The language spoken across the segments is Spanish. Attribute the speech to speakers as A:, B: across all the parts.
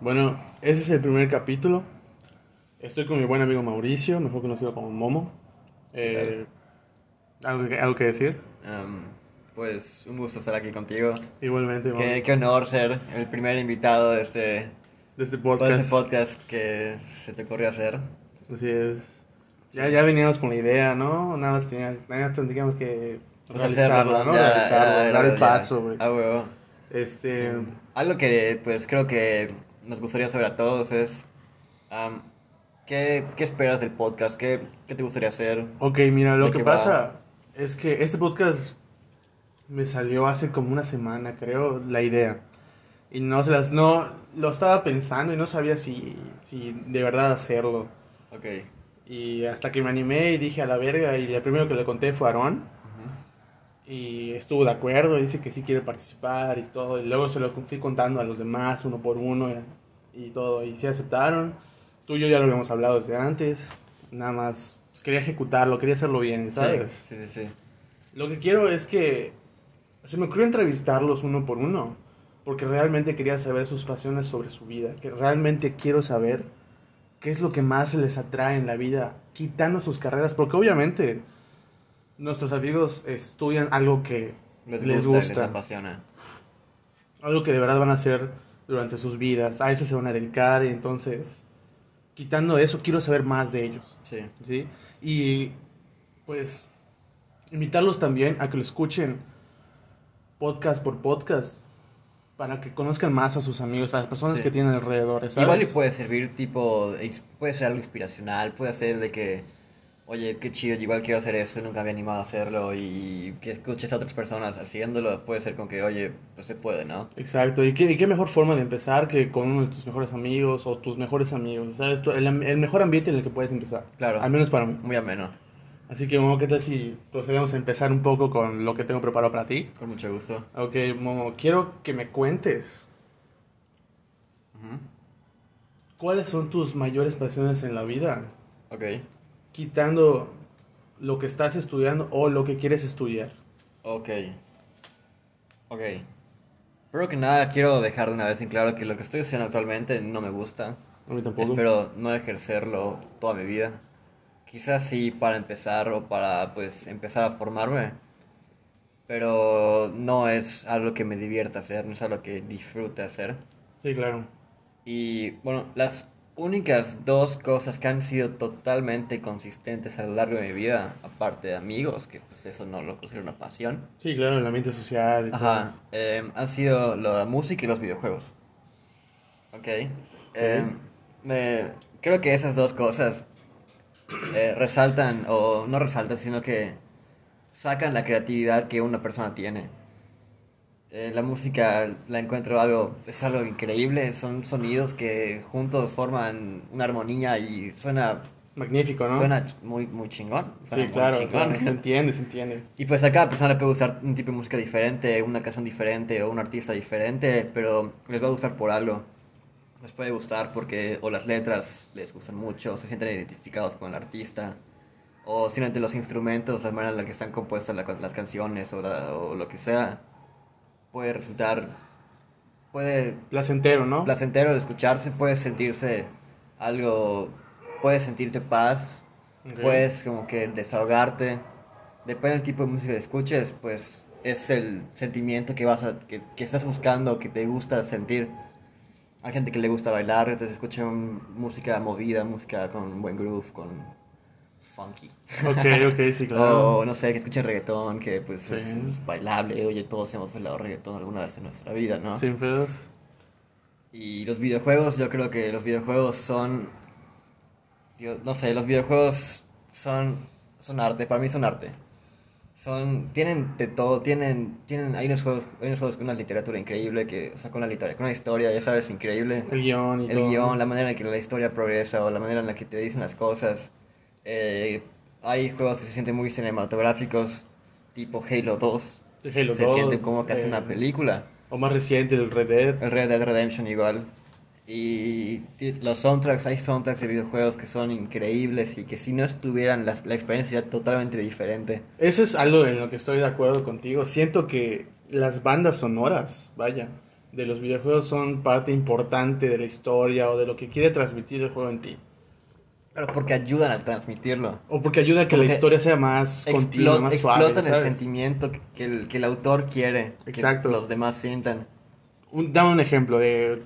A: Bueno, ese es el primer capítulo. Estoy con mi buen amigo Mauricio, mejor conocido como Momo. Eh, ¿algo, que- algo que decir?
B: Em, pues un gusto estar aquí contigo.
A: Igualmente, Momo.
B: Qué, qué honor ser el primer invitado de este
A: De este
B: de
A: podcast.
B: este podcast que se te ocurrió hacer.
A: Así es. Ya, ya veníamos con la idea, ¿no? Nada más tenía- nada más tendríamos que
B: O sea,
A: realizarla,
B: hacerlo,
A: ¿no?
B: ya,
A: Realizarla,
B: ya,
A: dar el
B: ya. Ah,
A: paso, güey.
B: A huevo.
A: Este,
B: Algo que pues creo que nos gustaría saber a todos es am, ¿qué, qué esperas del podcast? ¿Qué, qué te gustaría hacer?
A: ok, mira, lo
B: ¿De
A: que
B: qué
A: pasa
B: va?
A: es que este podcast me salió hace como una semana, creo, la idea. Y no se las, no, lo estaba pensando y no sabía si, si de verdad hacerlo.
B: Ok.
A: Y hasta que me animé y dije a la verga, y lo primero que le conté fue a Aarón.
B: Ujú.
A: Y estuvo de acuerdo, dice que sí quiere participar y todo. Y luego se lo fui contando a los demás, uno por uno y, y todo. Y sí aceptaron. Tú y yo ya lo habíamos hablado desde antes. Nada más pues, quería ejecutarlo, quería hacerlo bien, ¿sabes?
B: Sí, sí, sí.
A: Lo que quiero es que se me ocurrió entrevistarlos uno por uno, porque realmente quería saber sus pasiones sobre su vida, que realmente quiero saber qué es lo que más les atrae en la vida, quitando sus carreras, porque obviamente nuestros amigos estudian algo que les, gusta,
B: les apasiona.
A: algo que de verdad van a hacer durante sus vidas, a eso se van a dedicar, y entonces, quitando eso, quiero saber más de ellos.
B: Sí.
A: ¿sí? Y pues invitarlos también a que lo escuchen podcast por podcast para que conozcan más a sus amigos, a las personas
B: Sí.
A: que tienen alrededor, ¿sabes?
B: Igual y puede servir tipo, ex- puede ser algo inspiracional, puede ser de que, oye, qué chido, igual quiero hacer eso, nunca me había animado a hacerlo y que escuches a otras personas haciéndolo, puede ser con que, oye, pues se puede, ¿no?
A: Exacto, y qué, y qué mejor forma de empezar que con uno de tus mejores amigos o tus mejores amigos, ¿sabes? Tú- El, am- el mejor ambiente en el que puedes empezar,
B: Claro.
A: al menos para mí.
B: Muy ameno,
A: Así que, Momo, ¿qué tal si procedemos a empezar un poco con lo que tengo preparado para ti?
B: con mucho gusto.
A: Ok, Momo, quiero que me cuentes
B: Ujú.
A: cuáles son tus mayores pasiones en la vida.
B: Ok,
A: quitando lo que estás estudiando o lo que quieres estudiar.
B: ok, ok. Primero que nada, quiero dejar de una vez en claro que lo que estoy haciendo actualmente no me gusta.
A: A mí tampoco.
B: Espero no ejercerlo toda mi vida. Quizás sí para empezar o para pues empezar a formarme. Pero no es algo que me divierta hacer, no es algo que disfrute hacer.
A: Sí, claro.
B: Y bueno, las únicas dos cosas que han sido totalmente consistentes a lo largo de mi vida, aparte de amigos, que pues eso no lo considero una pasión,
A: Sí, claro, el ambiente social y todo.
B: Ajá, em, han sido la música y los videojuegos. Ok. em, me- creo que esas dos cosas eh, resaltan, o no resaltan, sino que sacan la creatividad que una persona tiene. Eh, la música la encuentro algo, es algo increíble, son sonidos que juntos forman una armonía y suena,
A: Magnífico, ¿no?
B: suena ch- muy, muy chingón.
A: Sí,
B: suena muy
A: claro,
B: chingón.
A: claro, se entiende, se entiende.
B: Y pues a cada persona le puede gustar un tipo de música diferente, una canción diferente o un artista diferente, pero les va a gustar por algo. Les puede gustar porque o las letras les gustan mucho, se sienten identificados con el artista, o simplemente los instrumentos, la manera en la que están compuestas la- las canciones o, la- o lo que sea, puede resultar, puede
A: Placentero, ¿no?
B: placentero al escucharse, puedes sentirse algo, puedes sentirte paz,
A: Ok.
B: puedes como que desahogarte. Depende del tipo de música que escuches, pues es el sentimiento que vas a, que, que estás buscando, que te gusta sentir. Hay gente que le gusta bailar, entonces escucha un- música movida, música con un buen groove, con funky.
A: Ok, ok, sí, claro.
B: O no sé, que escuchen reggaetón, que pues
A: Sí.
B: es bailable. Oye, todos hemos bailado reggaetón alguna vez en nuestra vida, ¿no?
A: Sin pedos.
B: Y los videojuegos, yo creo que los videojuegos son. yo no sé, los videojuegos son. son arte, para mí son arte. Son. tienen de todo, tienen. tienen. Hay unos juegos, hay unos juegos con una literatura increíble que. O sea, con una literatura, con una historia, ya sabes, increíble.
A: El guión y
B: El
A: todo.
B: guión, la manera en que la historia progresa o la manera en la que te dicen las cosas. Eh, hay juegos que se sienten muy cinematográficos, tipo Halo 2.
A: De Halo
B: se
A: 2,
B: siente como casi
A: eh,
B: una película.
A: O más reciente, el Red Dead.
B: El Red Dead Redemption igual. Y ti- los soundtracks, hay soundtracks de videojuegos que son increíbles y que si no estuvieran la, la experiencia sería totalmente diferente.
A: Eso es algo en lo que estoy de acuerdo contigo. Siento que las bandas sonoras, vaya, de los videojuegos son parte importante de la historia o de lo que quiere transmitir el juego en ti.
B: Pero porque ayudan a transmitirlo.
A: O porque ayuda a que
B: Porque
A: la historia sea más
B: Explot-
A: continua, más suave.
B: explotan el
A: ¿sabes?
B: sentimiento que- que el, que el autor quiere
A: Exacto.
B: que los demás sientan.
A: Un- dame un ejemplo de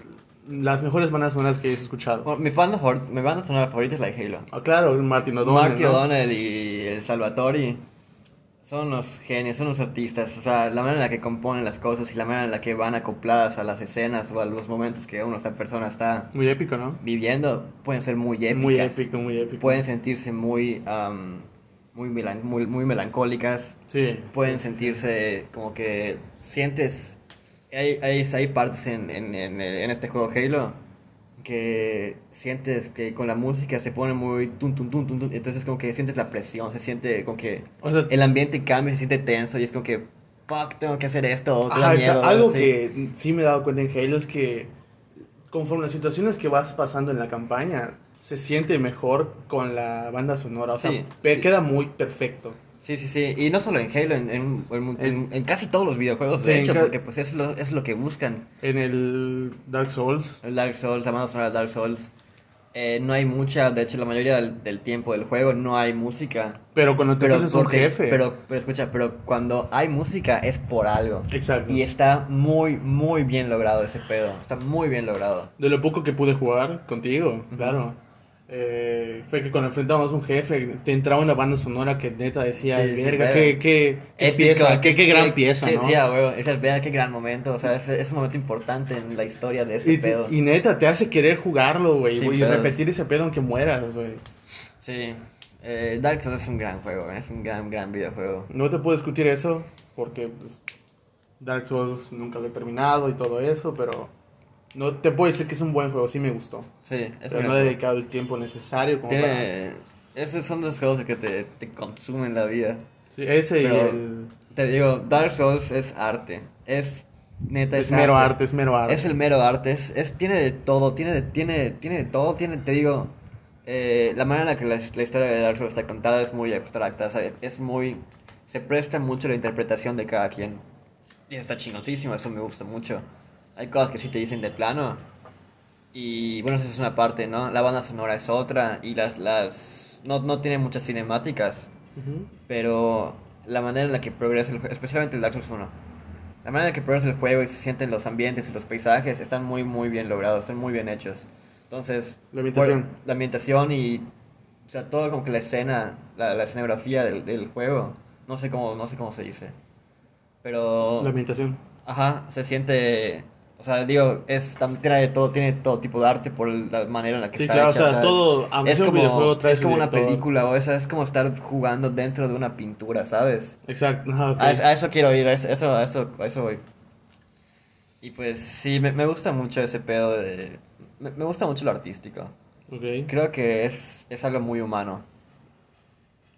A: las mejores bandas sonoras que has escuchado.
B: Bueno, mi, banda favor- mi banda sonora favorita es la de Halo.
A: Ah, claro, Martin O'Donnell.
B: Mark
A: ¿no?
B: O'Donnell y el Salvatori son unos genios, son unos artistas. O sea, la manera en la que componen las cosas y la manera en la que van acopladas a las escenas o a los momentos que una esta persona está
A: Muy épico, ¿no?
B: viviendo pueden ser muy épicas.
A: Muy épico, muy épico.
B: Pueden sentirse muy, am, muy, melan- muy, muy melancólicas.
A: Sí.
B: Pueden sentirse como que sientes. Hay, hay, hay partes en, en, en, en este juego Halo que sientes que con la música se pone muy tun, tun, tun, tun, tun, entonces como que sientes la presión, se siente como que
A: O sea,
B: el ambiente cambia, se siente tenso y es como que fuck, tengo que hacer esto, o te da
A: ajá, o sea,
B: miedo",
A: algo
B: sí.
A: que sí me he dado cuenta en Halo es que conforme las situaciones que vas pasando en la campaña, se siente mejor con la banda sonora. O sea,
B: Sí,
A: pe-
B: sí.
A: queda muy perfecto.
B: Sí, sí, sí, y no solo en Halo, en, en, en- en- en casi todos los videojuegos,
A: Sí,
B: de
A: en
B: hecho,
A: ca-
B: porque pues es lo, es lo que buscan.
A: En el Dark Souls.
B: El Dark Souls, la banda sonora de Dark Souls. eh, no hay mucha, de hecho, la mayoría del, del tiempo del juego no hay música.
A: Pero cuando te
B: Pero,
A: enfrentas a un
B: porque-
A: jefe.
B: pero, pero escucha, pero cuando hay música es por algo.
A: Exacto.
B: Y está muy, muy bien logrado ese pedo. Está muy bien logrado.
A: De lo poco que pude jugar contigo, claro. Eh, fue que cuando enfrentábamos a un jefe, te entraba una banda sonora que neta decía,
B: Sí, sí,
A: verga,
B: pero-
A: qué, qué, qué
B: Épico,
A: pieza, qué, qué gran pieza,
B: qué-
A: ¿no?
B: Sí, ah, huevo, esa- vean qué gran momento. O sea, es, es un momento importante en la historia de este pedo.
A: Y, y neta, te hace querer jugarlo, güey,
B: Sí,
A: güey, y
B: pedos.
A: repetir ese pedo aunque mueras, güey.
B: Sí. eh, Dark Souls es un gran juego. ¿eh? Es un gran, gran videojuego.
A: No te puedo discutir eso, porque pues, Dark Souls nunca lo he terminado y todo eso, pero no te puedo decir que es un buen juego, sí me gustó.
B: Sí, es un
A: pero no le
B: gran
A: he
B: juego.
A: dedicado el tiempo necesario como para...
B: Tiene- Esos son los juegos que te, te consumen la vida.
A: Sí, ese y
B: Pero-
A: el...
B: Te digo, Dark Souls es arte. Es neta,
A: Es mero arte, es mero arte.
B: Es el mero arte. Es, es- tiene de todo, tiene de, tiene, tiene de todo. Tiene, te digo, eh, la manera en la que la, la historia de Dark Souls está contada es muy abstracta. o sea, es muy. Se presta mucho a la interpretación de cada quien. Y está chingoncísimo, eso me gusta mucho. Hay cosas que sí te dicen de plano. Y bueno, esa es una parte, ¿no? La banda sonora es otra. Y las. las no, no tiene muchas cinemáticas.
A: Ujú.
B: Pero la manera en la que progresa el juego, especialmente el Dark Souls 1, la manera en la que progresa el juego y se sienten los ambientes y los paisajes están muy, muy bien logrados, están muy bien hechos. Entonces,
A: La ambientación.
B: por- la ambientación y, o sea, todo como que la escena, la, la escenografía del, del juego, no sé cómo, no sé cómo se dice. Pero,
A: La ambientación.
B: ajá, se siente, o sea, digo, es, tam- tiene de todo, tiene todo tipo de arte por la manera en la que
A: Sí,
B: está
A: claro,
B: hecha,
A: o sea,
B: ¿sabes?
A: todo, aunque
B: es
A: sea un
B: como,
A: videojuego, trae
B: es
A: su
B: como una
A: director.
B: película, o sea, es como estar jugando dentro de una pintura, ¿sabes?
A: Exacto, ajá, ok.
B: A, Ah, es- a eso quiero ir, a es- eso, a eso, a eso voy. Y pues sí, me, me gusta mucho ese pedo de... Me, me gusta mucho lo artístico.
A: Ok.
B: Creo que es, es algo muy humano.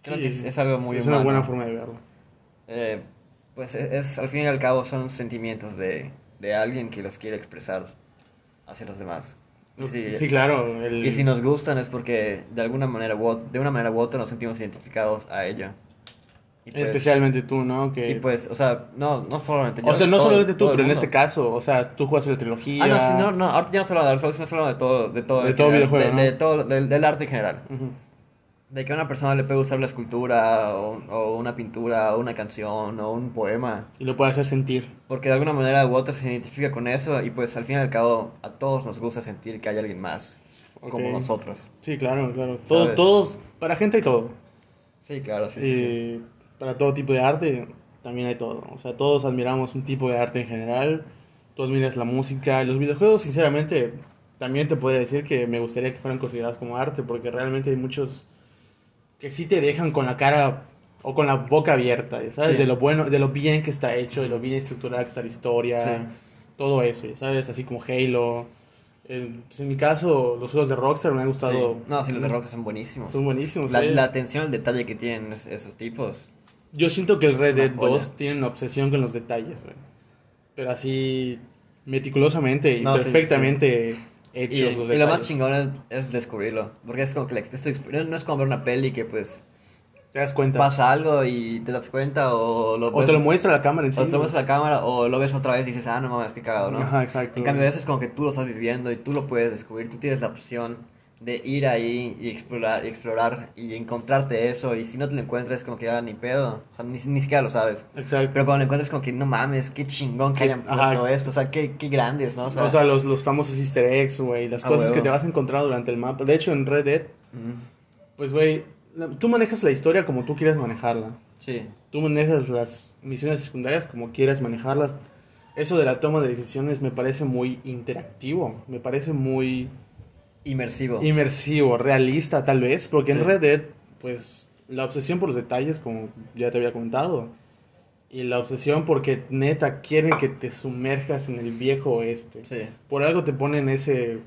B: Creo
A: Sí,
B: que es, es algo muy
A: es
B: humano.
A: una buena forma de verlo.
B: Eh, pues es, es- al fin y al cabo son sentimientos de, de alguien que los quiere expresar hacia los demás.
A: Sí, claro. el-
B: Y si nos gustan es porque de alguna manera u ot- de una manera u otra nos sentimos identificados a ello. Y pues-
A: Especialmente tú, ¿no? Que...
B: Y pues, o sea, no, no solamente yo.
A: o sea, no
B: todo-
A: solamente tú,
B: todo el
A: pero en
B: mundo.
A: este caso, o sea, tú juegas la trilogía.
B: Ah, no, sí, no, no, ahorita ya no solo de Dark Souls, sino solo de todo. De todo,
A: De
B: en
A: todo
B: general,
A: videojuego,
B: de-
A: ¿no?
B: de todo- del- del arte en general.
A: Ujú.
B: De que a una persona le puede gustar la escultura, o, o una pintura, o una canción, o un poema.
A: Y lo puede hacer sentir.
B: Porque de alguna manera u otra se identifica con eso, y pues al fin y al cabo, a todos nos gusta sentir que hay alguien más como
A: Ok.
B: nosotros.
A: Sí, claro, claro. Todos,
B: ¿Sabes?
A: todos, para gente hay todo.
B: Sí, claro, sí, sí. sí.
A: y Eh, para todo tipo de arte también hay todo. O sea, todos admiramos un tipo de arte en general. Tú admiras la música. Los videojuegos, sinceramente, también te podría decir que me gustaría que fueran considerados como arte, porque realmente hay muchos que sí te dejan con la cara o con la boca abierta, ya ¿sabes?
B: Sí.
A: De lo bueno, de lo bien que está hecho, de lo bien estructurada que está la historia,
B: Sí.
A: todo eso, ya ¿sabes? Así como Halo. Eh, pues, en mi caso, los juegos de Rockstar me han gustado. Mm.
B: Sí. No, sí, los de Rockstar son buenísimos.
A: Son buenísimos.
B: la,
A: sí.
B: la atención al detalle que tienen es- esos tipos.
A: Yo siento que el
B: Es
A: Red
B: una
A: Dead
B: joya.
A: 2 tiene una obsesión con los detalles, güey. Pero así meticulosamente y
B: No, sí,
A: perfectamente
B: Y,
A: hechos los
B: y
A: detalles.
B: lo más chingón es, es descubrirlo. Porque es como que la- esto- no es como ver una peli que, pues,
A: Te das cuenta.
B: pasa algo y te das cuenta o lo
A: o te lo muestra la cámara en sí.
B: o te lo muestra la cámara o lo ves otra vez y dices, ah, no mames, qué cagado, ¿no?
A: Ajá, exacto.
B: En cambio, eso es como que tú lo estás viviendo y tú lo puedes descubrir, tú tienes la opción de ir ahí y explorar y, explorar y encontrarte eso y si no te lo encuentras como que ya ni pedo, o sea, ni, ni siquiera lo sabes.
A: Exacto.
B: Pero cuando lo encuentras como que no mames, qué chingón que
A: Qué-
B: hayan
A: ajá.
B: puesto esto, o sea, qué, qué grandes, ¿no? O sea,
A: o sea, los, los famosos easter eggs, güey, las
B: A
A: cosas que
B: huevo.
A: te vas a encontrar durante el mapa. De hecho, en Red Dead,
B: mm,
A: pues, güey, la- tú manejas la historia como tú quieras manejarla.
B: sí,
A: Tú manejas las misiones secundarias como quieras manejarlas. Eso de la toma de decisiones me parece muy interactivo, me parece muy
B: inmersivo.
A: inmersivo, realista tal vez, porque en
B: Sí.
A: Red Dead, pues la obsesión por los detalles, como ya te había contado, y la obsesión porque neta quieren que te sumerjas en el viejo oeste.
B: sí,
A: Por algo te ponen ese,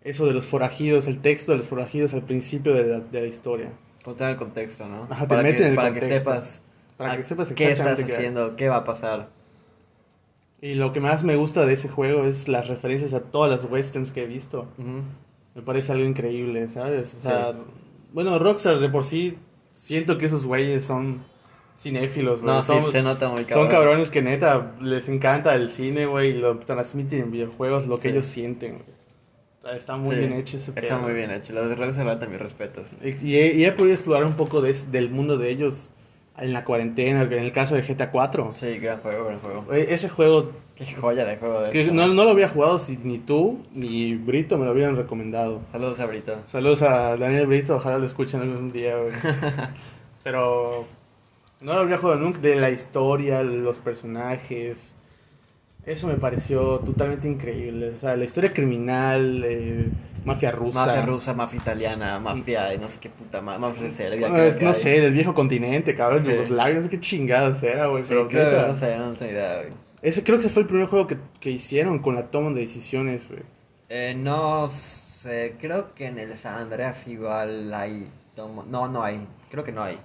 A: eso de los forajidos, el texto de los forajidos al principio de la, de la historia,
B: contar el contexto, ¿no?
A: Ajá, te
B: para
A: meten en
B: que,
A: el
B: para que
A: contexto.
B: sepas,
A: para
B: a-
A: que sepas
B: Ah, qué
A: exactamente
B: estás haciendo, qué va a pasar.
A: Y lo que más me gusta de ese juego es las referencias a todas las westerns que he visto.
B: Ujú.
A: Me parece algo increíble, ¿sabes? O
B: Sí.
A: sea, bueno, Rockstar de por sí, siento que esos güeyes son cinéfilos, güey.
B: No, sí,
A: son,
B: se nota muy cabrón.
A: Pues, son cabrones que neta les encanta el cine, güey, y lo transmiten en videojuegos lo que
B: Sí.
A: ellos sienten, güey. O sea, Está muy
B: Sí,
A: bien hecho ese
B: Está
A: pedo.
B: muy bien hecho. Los de Rockstar, la verdad, mis respetos.
A: Y he, y he podido explorar un poco de es- del mundo de ellos en la cuarentena, en el caso de GTA 4.
B: Sí, gran juego, gran juego.
A: E, Ese juego,
B: Qué joya de juego, de
A: que
B: hecho.
A: no, no lo había jugado si ni tú ni Brito me lo hubieran recomendado.
B: Saludos a Brito.
A: Saludos a Daniel Brito, ojalá lo escuchen algún día, güey. Pero no lo habría jugado nunca, de la historia, los personajes. Eso me pareció totalmente increíble. O sea, la historia criminal, eh, mafia rusa.
B: Mafia rusa, mafia italiana, mafia y no sé qué puta ma- mafia serbia.
A: Eh,
B: creo que
A: no
B: hay.
A: sé, del viejo continente, cabrón,
B: Sí.
A: Yugoslavia, no sé qué chingadas era, güey.
B: Sí,
A: Pero
B: creo,
A: neta,
B: no sé, no tengo idea, güey.
A: ese creo que fue el primer juego que, que hicieron con la toma de decisiones, güey.
B: Eh, no sé, creo que en el San Andreas igual hay. tomo- No, no hay. Creo que no hay.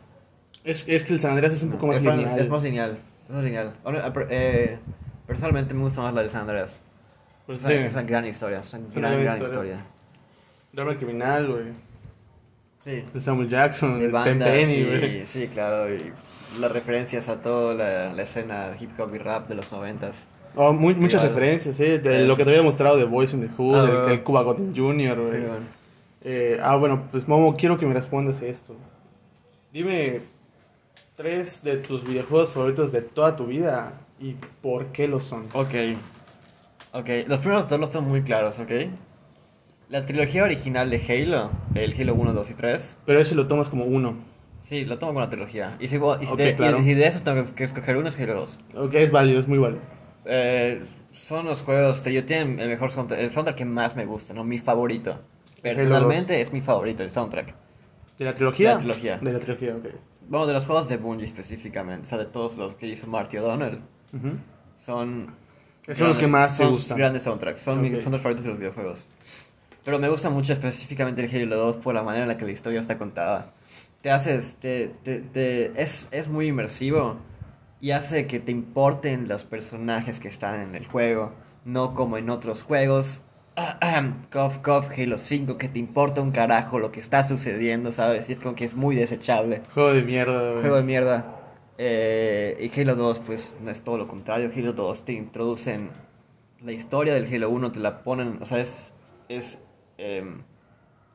A: Es, es que el San Andreas es un poco más
B: es, fran-
A: lineal.
B: es más lineal. Es más lineal. Ahora, per- eh, personalmente me gusta más la de San Andreas.
A: Pero
B: Es
A: sí,
B: una- es una gran historia. Es una gran,
A: gran
B: gran
A: historia.
B: historia.
A: drama criminal, güey.
B: Sí.
A: El Samuel Jackson,
B: de
A: el Ten
B: bandas
A: Penny,
B: y-
A: güey.
B: sí, claro, y las referencias a toda la, la escena de hip hop y rap de los noventas.
A: Oh, mu- muchas
B: Igual.
A: referencias, sí. De
B: Sí,
A: lo que
B: sí,
A: te había
B: sí.
A: mostrado de Boys in the Hood,
B: Ah,
A: el-
B: bueno.
A: el Cuba Gotten Jr., güey.
B: Pero bueno,
A: Eh, ah, bueno, pues Momo, quiero que me respondas esto. Dime tres de tus videojuegos favoritos de toda tu vida y por qué lo son.
B: Ok. Ok, los primeros dos los tengo muy claros, ¿ok? La trilogía original de Halo, el Halo 1, 2 y 3,
A: Pero ese lo tomas como uno.
B: sí, lo tomo como una trilogía. Y si, vo- y si
A: Ok,
B: de, y
A: claro.
B: si de esos tengo que escoger uno, es Halo 2.
A: Ok, es válido, es muy válido.
B: Eh, son los juegos, te digo, tienen el mejor soundtrack, el soundtrack que más me gusta, ¿no? Mi favorito. Personalmente es mi favorito, el soundtrack.
A: ¿De la trilogía?
B: De la trilogía.
A: De la trilogía, ok.
B: Bueno, de los juegos de Bungie específicamente, o sea, de todos los que hizo Marty O'Donnell,
A: Ujú.
B: son...
A: Esos son los que más te
B: son
A: gustan.
B: grandes soundtracks, son
A: Ok.
B: mis soundtracks favoritos de los videojuegos. Pero me gusta mucho específicamente el Halo 2 por la manera en la que la historia está contada. Te haces, te, te- te- es, es muy inmersivo y hace que te importen los personajes que están en el juego, no como en otros juegos. Cof, cof, Halo 5, que te importa un carajo lo que está sucediendo, ¿sabes? Y es como que es muy desechable.
A: Juego de mierda, güey.
B: Juego de mierda. Eh, y Halo 2, pues no es todo lo contrario. Halo 2 te introducen la historia del Halo 1, te la ponen, o sea, es. es em,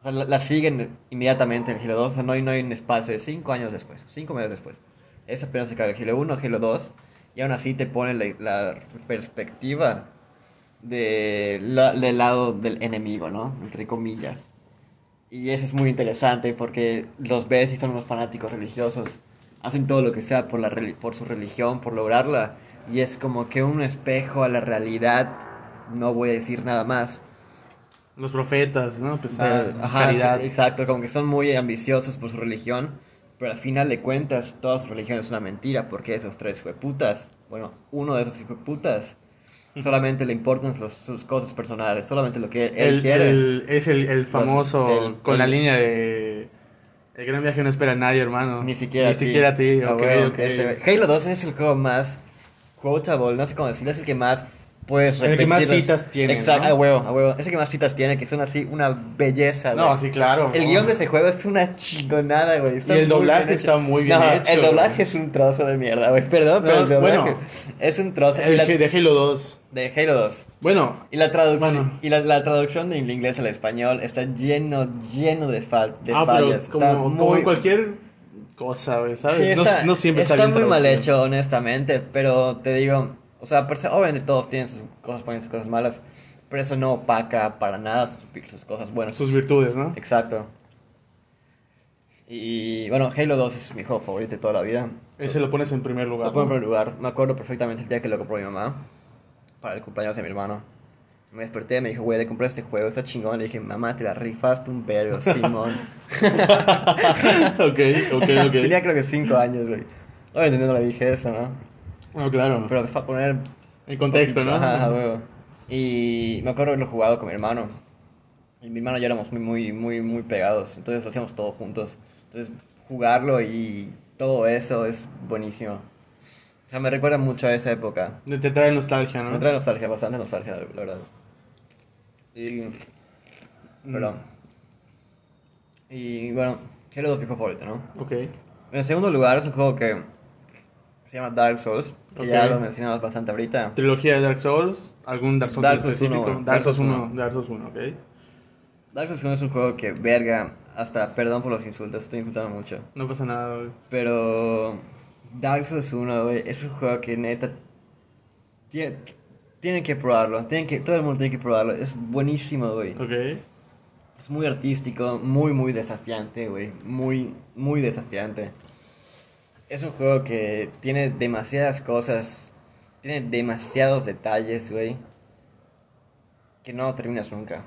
B: o sea, la, la siguen inmediatamente en Halo 2, o sea, no hay, no hay un espacio de 5 años después, 5 meses después. Es apenas se acaba el Halo 1, Halo 2, y aún así te ponen la, la perspectiva de la- del lado del enemigo, ¿no? Entre comillas. Y eso es muy interesante porque los ves y son unos fanáticos religiosos. Hacen todo lo que sea por, la, reli- por su religión, por lograrla. Y es como que un espejo a la realidad. No voy a decir nada más.
A: Los profetas, ¿no? Pues, ah,
B: Pero- ajá,
A: caridad.
B: sí, exacto, como que son muy ambiciosos por su religión. Pero al final de cuentas, toda su religión es una mentira porque esos tres putas bueno, uno de esos putas solamente le importan los- sus cosas personales, solamente lo que él
A: El-
B: quiere.
A: el- es el, el famoso
B: el-
A: con la
B: el-
A: línea de el gran viaje no espera a nadie, hermano.
B: Ni siquiera
A: Ni
B: a ti.
A: siquiera a ti.
B: Ah,
A: ok,
B: bueno,
A: ok.
B: ese- Halo 2 es el juego más quotable, no sé cómo decirlo, es el que más puedes
A: El que más
B: repetirlas.
A: citas tiene,
B: Exacto,
A: ¿no?
B: a huevo, a huevo. Ese que más citas tiene, que son así una belleza,
A: No,
B: güey.
A: sí, claro.
B: El
A: no.
B: guión de ese juego es una chingonada, güey. Está
A: Y el
B: muy
A: doblaje
B: bien
A: está muy bien
B: No,
A: hecho,
B: El doblaje
A: güey.
B: es un trozo de mierda, güey. Perdón, pero
A: No,
B: el doblaje
A: bueno.
B: es un trozo. Y
A: El
B: la-
A: G- de Halo 2.
B: de Halo 2.
A: Bueno,
B: Y la traducción
A: Bueno.
B: y la, la traducción del inglés al español está lleno, lleno de, fal- de
A: ah, pero
B: fallas.
A: como,
B: está
A: como en
B: muy...
A: cualquier cosa, güey, ¿sabes?
B: Sí,
A: no,
B: está-
A: no siempre está,
B: está
A: bien
B: muy mal
A: traducido.
B: hecho, honestamente, pero te digo, o sea, por eso- obviamente todos tienen sus cosas buenas y sus cosas malas, pero eso no opaca para nada sus, sus cosas buenas.
A: Sus virtudes, ¿no?
B: Exacto. Y bueno, Halo 2 es mi juego favorito de toda la vida.
A: Ese lo pones en primer lugar.
B: Lo pongo en
A: ¿no?
B: primer lugar. Me acuerdo perfectamente el día que lo compró mi mamá. Para el cumpleaños de mi hermano. Me desperté y me dijo, güey, le compré este juego, está chingón. Le dije, mamá, te la rifaste un vergo, Simón.
A: ok, ok,
B: Tenía
A: ok.
B: creo que 5 años, güey. Obviamente no le dije eso, ¿no?
A: No, claro.
B: Pero es para poner...
A: En contexto, ¿no?
B: Ajá, huevo. Y me acuerdo haberlo jugado con mi hermano. Y mi hermano y yo éramos muy, muy, muy, muy pegados. Entonces lo hacíamos todos juntos. Entonces jugarlo y todo eso es buenísimo. O sea, me recuerda mucho a esa época.
A: Te trae nostalgia, ¿no?
B: Me trae nostalgia, bastante nostalgia, la verdad. Y.
A: Mm.
B: Perdón. Y bueno, Halo 2 es mi juego favorito, ¿no?
A: Ok.
B: En segundo lugar es un juego que se llama Dark Souls, que ya
A: Ok.
B: lo mencionabas bastante ahorita.
A: Trilogía de Dark Souls, algún Dark Souls
B: Dark
A: en
B: Souls
A: específico.
B: 1, güey.
A: Dark Souls
B: Dark Souls
A: 1, Dark Souls 1, ok.
B: Dark Souls 1 es un juego que, verga, hasta perdón por los insultos, estoy insultando mucho.
A: No pasa nada, güey.
B: Pero Dark Souls 1, güey, es un juego que neta tie- tienen que probarlo, tienen que todo el mundo tiene que probarlo, es buenísimo, güey.
A: Ok.
B: Es muy artístico, muy, muy desafiante, güey. Muy, muy desafiante. Es un juego que tiene demasiadas cosas, tiene demasiados detalles, güey. Que no terminas nunca.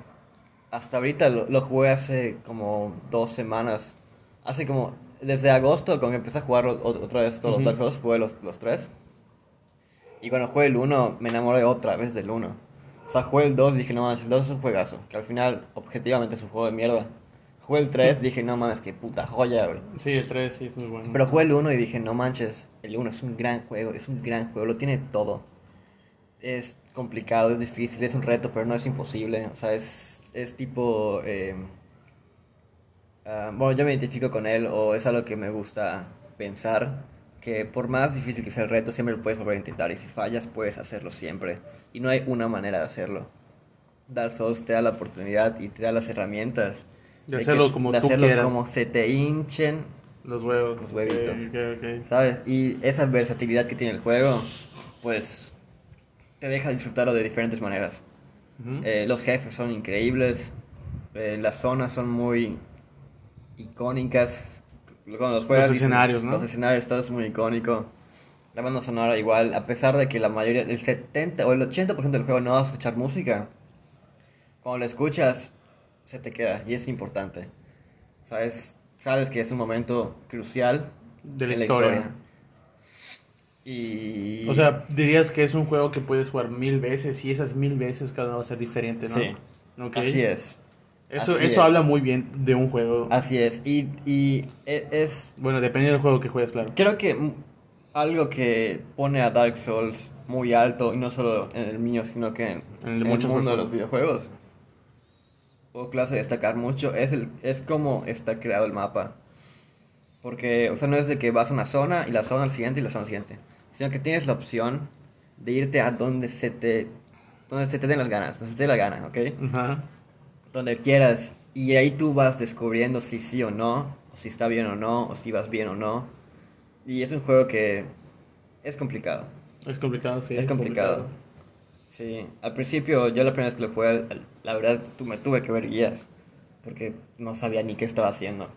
B: Hasta ahorita lo, lo jugué hace como dos semanas. Hace como, desde agosto, cuando empecé a jugar o- o- otra vez todos
A: Ujú.
B: los Dark Souls, jugué los, los tres. Y cuando jugué el 1, me enamoré otra vez del 1. O sea, jugué el 2 dije, no mames, el 2 es un juegazo. Que al final, objetivamente, es un juego de mierda. Jugué el 3, dije, no mames, qué puta joya, güey.
A: Sí, el 3 sí es muy bueno.
B: Pero jugué el 1 y dije, no manches, el 1 es un gran juego, es un gran juego, lo tiene todo. Es complicado, es difícil, es un reto, pero no es imposible. O sea, es, es tipo... eh, ah, bueno, yo me identifico con él o es algo que me gusta pensar, que por más difícil que sea el reto, siempre lo puedes volver a intentar y si fallas puedes hacerlo siempre. Y no hay una manera de hacerlo. Dark Souls te da la oportunidad y te da las herramientas
A: De hacerlo como
B: de
A: tú
B: hacerlo
A: quieras.
B: como se te hinchen
A: Los huevos.
B: Los huevitos.
A: Ok, ok, ok.
B: ¿Sabes? Y esa versatilidad que tiene el juego, pues te deja disfrutarlo de diferentes maneras.
A: Ujú.
B: Eh, los jefes son increíbles, eh, las zonas son muy icónicas. Cuando los juegas,
A: Los
B: dices,
A: escenarios, ¿no?
B: Los escenarios, todo es muy icónico. La banda sonora igual, a pesar de que la mayoría, el 70 o el 80% del juego no vas a escuchar música, cuando la escuchas, se te queda y es importante. ¿Sabes? Sabes que es un momento crucial
A: De la
B: en
A: historia.
B: Y...
A: O sea, dirías que es un juego que puedes jugar mil veces y esas mil veces cada una va a ser diferente, ¿no?
B: Sí.
A: Ok.
B: así es.
A: Eso, eso
B: así es.
A: habla muy bien de un juego.
B: Así es. Y, y e- es...
A: Bueno, depende del juego que juegues, claro.
B: Creo que mm, algo que pone a Dark Souls muy alto, y no solo en el mío, sino que en,
A: En el de muchas
B: mundo de
A: personas.
B: los videojuegos, o clase de destacar mucho, es, el, es cómo está creado el mapa. Porque, o sea, no es de que vas a una zona y la zona al siguiente y la zona al siguiente, sino que tienes la opción de irte a donde se te, donde se te den las ganas, donde se te dé la gana, ¿ok?
A: Ajá.
B: donde quieras. Y ahí tú vas descubriendo si sí o no, o si está bien o no, o si vas bien o no. Y es un juego que es complicado.
A: Es complicado, sí.
B: es complicado. Sí, al principio yo la primera vez que lo jugué, al- la verdad tu- me tuve que ver guías, porque no sabía ni qué estaba haciendo.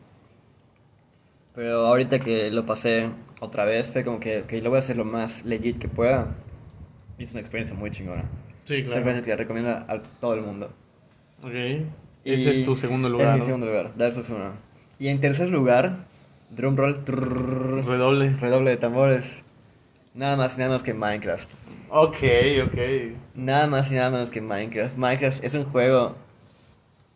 B: Pero ahorita que lo pasé otra vez, fue como que, ok, lo voy a hacer lo más legit que pueda. Y es una experiencia muy chingona.
A: Sí,
B: Es una
A: claro.
B: experiencia que recomiendo a todo el mundo.
A: Ok.
B: Y
A: Ese es tu segundo
B: es
A: lugar.
B: mi
A: ¿no?
B: segundo lugar, Dark Souls 1. Y en tercer lugar, drum roll, trrrr,
A: Redoble.
B: redoble de tambores. Nada más y nada menos que Minecraft.
A: Ok, ok.
B: Nada más y nada menos que Minecraft. Minecraft es un juego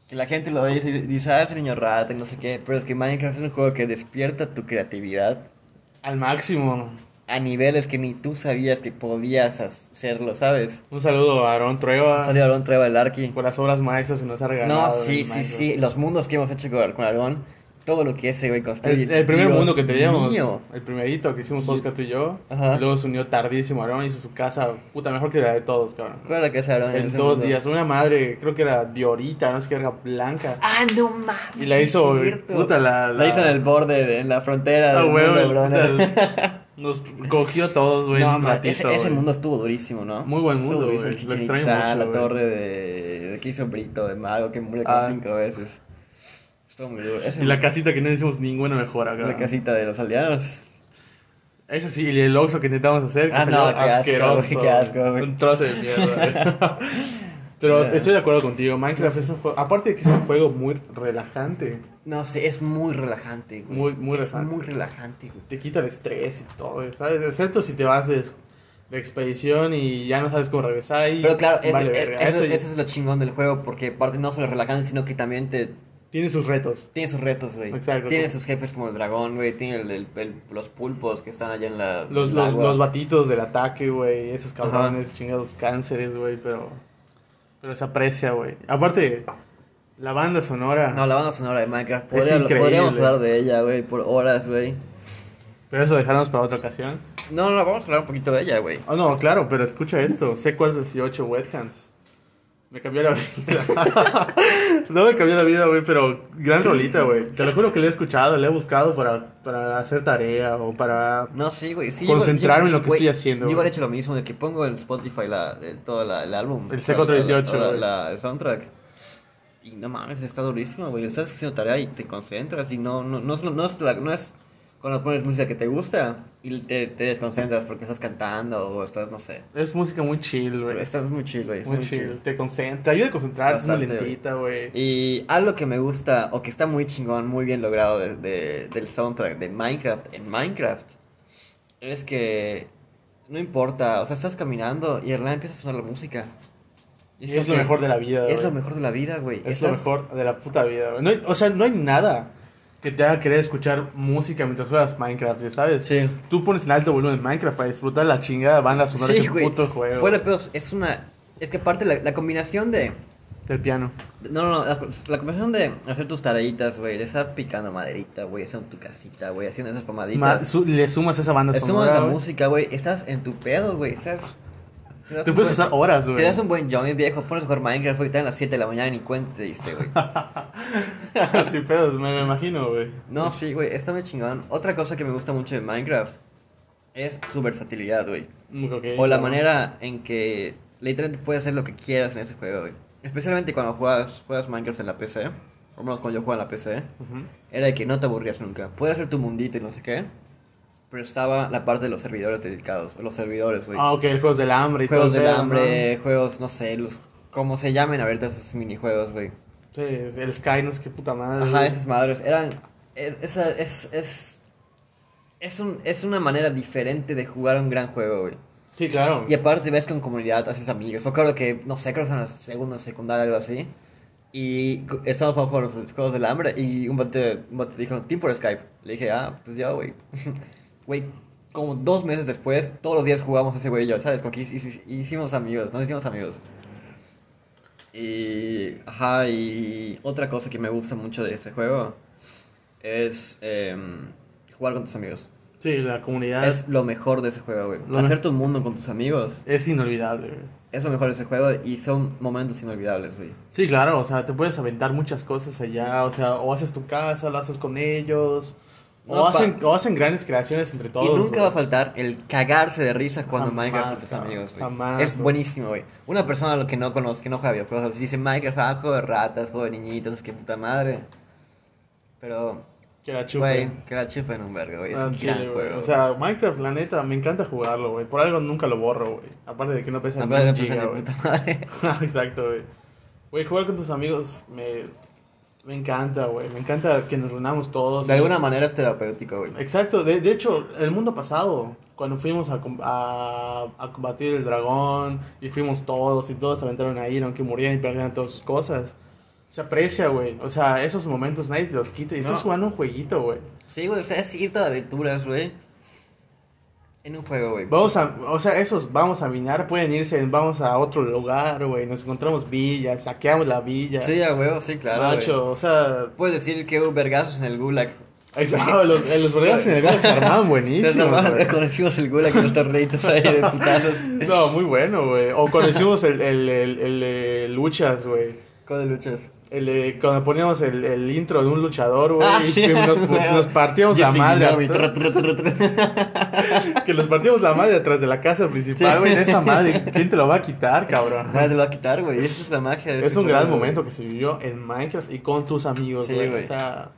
B: que la gente lo ve y dice, ah, ese niño rata y no sé qué. Pero es que Minecraft es un juego que despierta tu creatividad
A: Al máximo.
B: a niveles que ni tú sabías que podías hacerlo, ¿sabes?
A: Un saludo a Aaron Trueba.
B: Salió Aarón Trueba el Arqui.
A: Por las obras maestras que nos ha regalado.
B: No, sí,
A: el
B: sí,
A: maestro.
B: sí. Los mundos que hemos hecho con, con Aarón, todo lo que ese güey construye.
A: El, el primer
B: Dios
A: mundo que teníamos,
B: mío.
A: el primerito que hicimos
B: Sí.
A: Oscar tú y yo,
B: Ajá.
A: y luego se unió tardísimo Aaron, hizo su casa, puta, mejor que la de todos, cabrón.
B: ¿Cuál era que es Aarón? en
A: En
B: ese
A: dos
B: mundo?
A: días, una madre, creo que era Diorita, no sé qué, era blanca.
B: Ah, no mames.
A: Y la hizo,
B: es cierto.
A: puta, la- la-
B: hizo en el borde, de, en la frontera.
A: Ah,
B: del
A: güey,
B: mundo, bro,
A: puta,
B: ¿no?
A: el- nos cogió a todos, güey.
B: No,
A: un
B: ma,
A: ratito,
B: ese, ese
A: güey.
B: mundo estuvo durísimo, ¿no?
A: Muy buen
B: Estuvo
A: mundo,
B: durísimo,
A: güey.
B: el
A: Lo
B: Chichen
A: extraño
B: Itzá,
A: mucho,
B: la
A: güey.
B: torre de, de que hizo Brito, de Mago, que murió como
A: Ah.
B: cinco veces. Estuvo muy duro. Ese-
A: Y la casita que no hicimos ninguna mejora, cabrón.
B: la casita de los aliados.
A: Ese sí, y el oxo que intentábamos hacer, que
B: Ah,
A: salió
B: no, qué asco,
A: asqueroso.
B: güey, qué asco, güey.
A: Un trozo de mierda. güey. Pero
B: Ya.
A: estoy de acuerdo contigo, Minecraft es un juego, aparte de que es un juego muy relajante,
B: No sé, es muy relajante, güey.
A: Muy- muy
B: Es
A: relajante.
B: muy relajante, güey.
A: te quita el estrés y todo, ¿sabes? Excepto si te vas de, de expedición y ya no sabes cómo regresar ahí.
B: Pero claro, es-
A: vale
B: es-
A: verga.
B: eso,
A: Eso
B: eso es lo chingón del juego, porque aparte no solo es relajante, sino que también te
A: tiene sus retos.
B: tiene sus retos, güey.
A: Exacto.
B: Tiene sus jefes como el dragón, güey. Tiene el- el- el- los pulpos que están allá en la.
A: Los,
B: el
A: los,
B: agua.
A: los batitos del ataque, güey, esos cabrones, chingados cánceres, güey, pero, pero se aprecia, güey. Aparte, la banda sonora,
B: No, la banda sonora de Minecraft.
A: Es
B: podría-
A: increíble.
B: podríamos hablar de ella, güey, por horas, güey.
A: pero eso dejarnos para otra ocasión.
B: No, no, vamos a hablar un poquito de ella, güey.
A: Ah, no, claro, pero escucha esto. C418 Wet Hands. Me cambió la vida. no me cambió la vida, güey, pero gran rolita, güey. Te lo juro que le he escuchado, le he buscado para, para hacer tarea o para...
B: No, sí, güey. Sí,
A: Concentrarme en lo que
B: güey,
A: estoy haciendo,
B: Yo
A: güey.
B: igual he hecho lo mismo, de que pongo en Spotify la, el- todo la- el álbum.
A: El
B: o sea,
A: C418,
B: la- la-
A: güey.
B: la- el soundtrack. Y no mames, está durísimo, güey. Estás haciendo tarea y te concentras y no, no, no, es, no, es, la- no es cuando pones música que te gusta y te, te desconcentras porque estás cantando o estás, no sé.
A: Es música muy chill,
B: Pero
A: güey.
B: Está muy chill, güey. es
A: Muy chill. Te concentra, te ayuda a concentrarte, es muy
B: Bastante, güey.
A: lentita, güey.
B: Y algo que me gusta, o que está muy chingón, muy bien logrado de- de- del soundtrack de Minecraft en Minecraft, es que no importa, o sea, estás caminando y de la nada empieza a sonar la música. Y
A: Y
B: como
A: es lo
B: que
A: mejor de la vida,
B: Es
A: güey.
B: lo mejor de la vida, güey.
A: Es lo
B: Estás-
A: mejor de la puta vida, güey. No hay- o sea, no hay nada que te haga querer escuchar música mientras juegas Minecraft, ya ¿sabes?
B: Sí.
A: Tú pones en alto volumen Minecraft para disfrutar la chingada banda sonora de
B: Sí,
A: ese
B: güey.
A: puto juego.
B: Fuera de pedos, es una... Es que aparte la, la combinación de...
A: Del piano.
B: No, no, no, la, la combinación de hacer tus tareitas, güey, de estar picando maderita, güey, haciendo tu casita, güey, haciendo esas pomaditas.
A: Ma- su- le sumas esa banda
B: Te sumas
A: sonora.
B: la
A: güey.
B: música, güey. Estás en tu pedo, güey. Estás. das
A: Te
B: un
A: puedes
B: buen-
A: pasar horas,
B: Te
A: güey.
B: das un buen joint, viejo. Pones a jugar Minecraft, güey. Estás en las 7 de la mañana y ni cuenta te diste, güey.
A: Sin pedos, me, me imagino, güey.
B: No, sí, güey. Está muy chingón. Otra cosa que me gusta mucho de Minecraft es su versatilidad, güey.
A: Mm, ok,
B: O la
A: claro.
B: manera en que literalmente puedes hacer lo que quieras en ese juego, güey. Especialmente cuando juegas, juegas Minecraft en la PC. Por lo menos cuando yo jugaba en la PC.
A: Ujú.
B: Era de que no te aburrías nunca. Puedes hacer tu mundito y no sé qué. Pero estaba la parte de los servidores dedicados. Los servidores, güey.
A: Ah, ok, juegos del hambre y
B: Juegos
A: todo
B: del
A: el pedo,
B: hambre, juegos, no sé, los, como se llamen ahorita esos minijuegos, güey.
A: ¿no? Sí, el Sky, no sé qué puta madre.
B: Ajá, esas madres, eran, e- esa, es, es, es, un, es una manera diferente de jugar un gran juego, güey.
A: Sí, claro.
B: Y aparte ves con comunidad, haces amigos. Me acuerdo que, no sé, creo que en la segunda secundaria algo así. Y cu- estábamos jugando juegos- juegos, del hambre y un bate, un bate dijo, Team por Skype. Le dije, ah, pues ya, güey. Güey, como dos meses después, todos los días jugamos ese güey y yo, ¿sabes? Como que hic- hic- hicimos amigos, nos hicimos amigos. Y, ajá, y otra cosa que me gusta mucho de ese juego es em, jugar con tus amigos.
A: Sí, la comunidad es,
B: Es lo mejor de ese juego, güey.
A: Lo me-
B: Hacer tu mundo con tus amigos.
A: es inolvidable, güey.
B: Es lo mejor de ese juego y son momentos inolvidables, güey.
A: Sí, claro, o sea, te puedes aventar muchas cosas allá, o sea, o haces tu casa, lo haces con ellos, o,
B: No,
A: hacen,
B: pa-
A: o hacen grandes creaciones entre todos.
B: y nunca
A: güey.
B: va a faltar el cagarse de risa cuando
A: Jamás,
B: Minecraft con tus
A: cabrón,
B: amigos, güey.
A: jamás,
B: es
A: güey.
B: buenísimo, güey. Una persona a lo que no conoce, que no juega videojuegos, si dice Minecraft, ah, juego de ratas, juego de niñitos, qué puta madre. Pero,
A: Que la chupen.
B: güey, que la chupen un verga, güey. Es
A: Ah,
B: un
A: chile,
B: gran
A: güey.
B: juego.
A: O sea, Minecraft, la neta, me encanta jugarlo, güey. Por algo nunca lo borro, güey. Aparte de que no pesa
B: güey.
A: ni
B: Aparte de
A: un giga,
B: pensar en
A: güey. Ah,
B: puta madre.
A: Exacto, güey. Güey, jugar con tus amigos me, me encanta, güey. Me encanta que nos reunamos todos.
B: De alguna manera es terapéutico, güey.
A: Exacto. De, de hecho, el mundo pasado, cuando fuimos a, com- a, a combatir el dragón y fuimos todos y todos se aventaron ahí, aunque murieran y perdieran todas sus cosas. Se aprecia, güey. O sea, esos momentos nadie te los quita. Y
B: No.
A: estás jugando un jueguito, güey.
B: Sí, güey, o sea, es irte de aventuras, güey. en un juego, güey.
A: Vamos a, o sea, esos vamos a minar, pueden irse, en- vamos a otro lugar, güey, nos encontramos villas, saqueamos la villa.
B: Sí, a huevo, sí, claro. güey.
A: macho, o sea,
B: Puedes decir que hubo vergazos en el gulag.
A: exacto, los, eh, los vergas en el se armaban
B: Entonces,
A: buenísimo.
B: nomás
A: güey.
B: Conocimos el gulag y los torneitos ahí de putazos.
A: No, muy bueno, güey. O cuando hicimos el, el, el, el, eh, luchas, güey.
B: Con de luchas.
A: El, eh, cuando poníamos el, el intro de un luchador, güey,
B: Ah,
A: y
B: sí,
A: que nos, pu-
B: güey.
A: nos partíamos la
B: Jeffy
A: madre.
B: Gnomi, tru, tru, tru, tru.
A: Que nos partíamos la madre atrás de la casa
B: Sí.
A: principal, güey. Esa madre, ¿quién te lo va a quitar, cabrón?
B: Nadie te lo va a quitar, güey. Esa es la magia. de
A: Es
B: ese
A: un gran
B: juego, güey.
A: momento que se vivió en Minecraft y con tus amigos,
B: Sí,
A: güey.
B: güey.
A: o sea,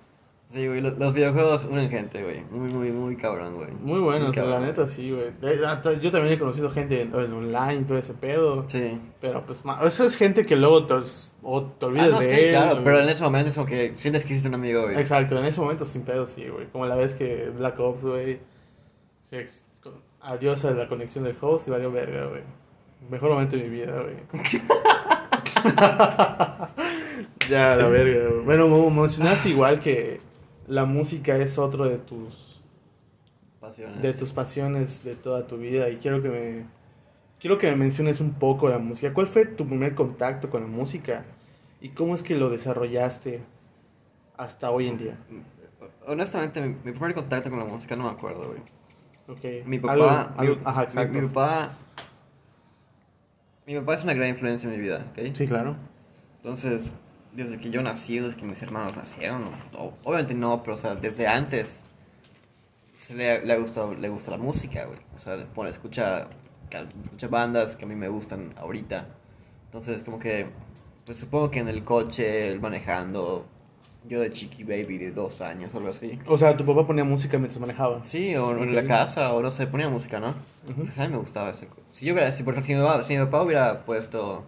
B: Sí, güey. lo- Los, videojuegos unen gente, güey. Muy, muy, muy cabrón, güey.
A: muy buenos,
B: Muy
A: la
B: cabrón.
A: neta, sí, güey. Eh, hasta Yo también he conocido gente en, en online y todo ese pedo.
B: Sí.
A: Pero pues, ma- eso es gente que luego te, ol- o te olvidas
B: Ah, no,
A: de
B: sí,
A: él.
B: claro.
A: güey.
B: Pero en ese momento es como que sientes que hiciste un amigo, güey.
A: Exacto, en ese momento sin pedo, sí, güey. Como la vez que Black Ops, güey. se ex- con- Adiós a la conexión del host y valió verga, güey. Mejor momento de mi vida, güey. ya, la verga, güey. Bueno, mo- mencionaste igual que la música es otro de tus
B: Pasiones.
A: de tus pasiones de toda tu vida y quiero que me quiero que me menciones un poco la música. ¿Cuál fue tu primer contacto con la música y cómo es que lo desarrollaste hasta hoy en día?
B: Honestamente, mi, mi primer contacto con la música no me acuerdo, güey.
A: Okay.
B: Mi
A: Algo-
B: papá. mi-
A: algo- ajá,
B: mi-
A: exacto.
B: mi, papá. Mi papá es una gran influencia en mi vida, ¿ok?
A: Sí, claro.
B: Entonces, desde que yo nací, desde que mis hermanos nacieron, o- obviamente no, pero o sea, desde antes se le, le, ha gustado- le gusta la música, güey. O sea, le pone- escucha, cal- escucha bandas que a mí me gustan ahorita. Entonces, como que, pues supongo que en el coche, él manejando, yo de chiqui baby de dos años o algo así.
A: O sea, tu papá ponía música mientras manejaba.
B: Sí, o en la
A: Ok.
B: casa, o no sé, ponía música, ¿no?
A: Ujú.
B: Pues a mí me gustaba ese. co- Si yo hubiera, si, por ejemplo, si mi, papá, si mi papá hubiera puesto,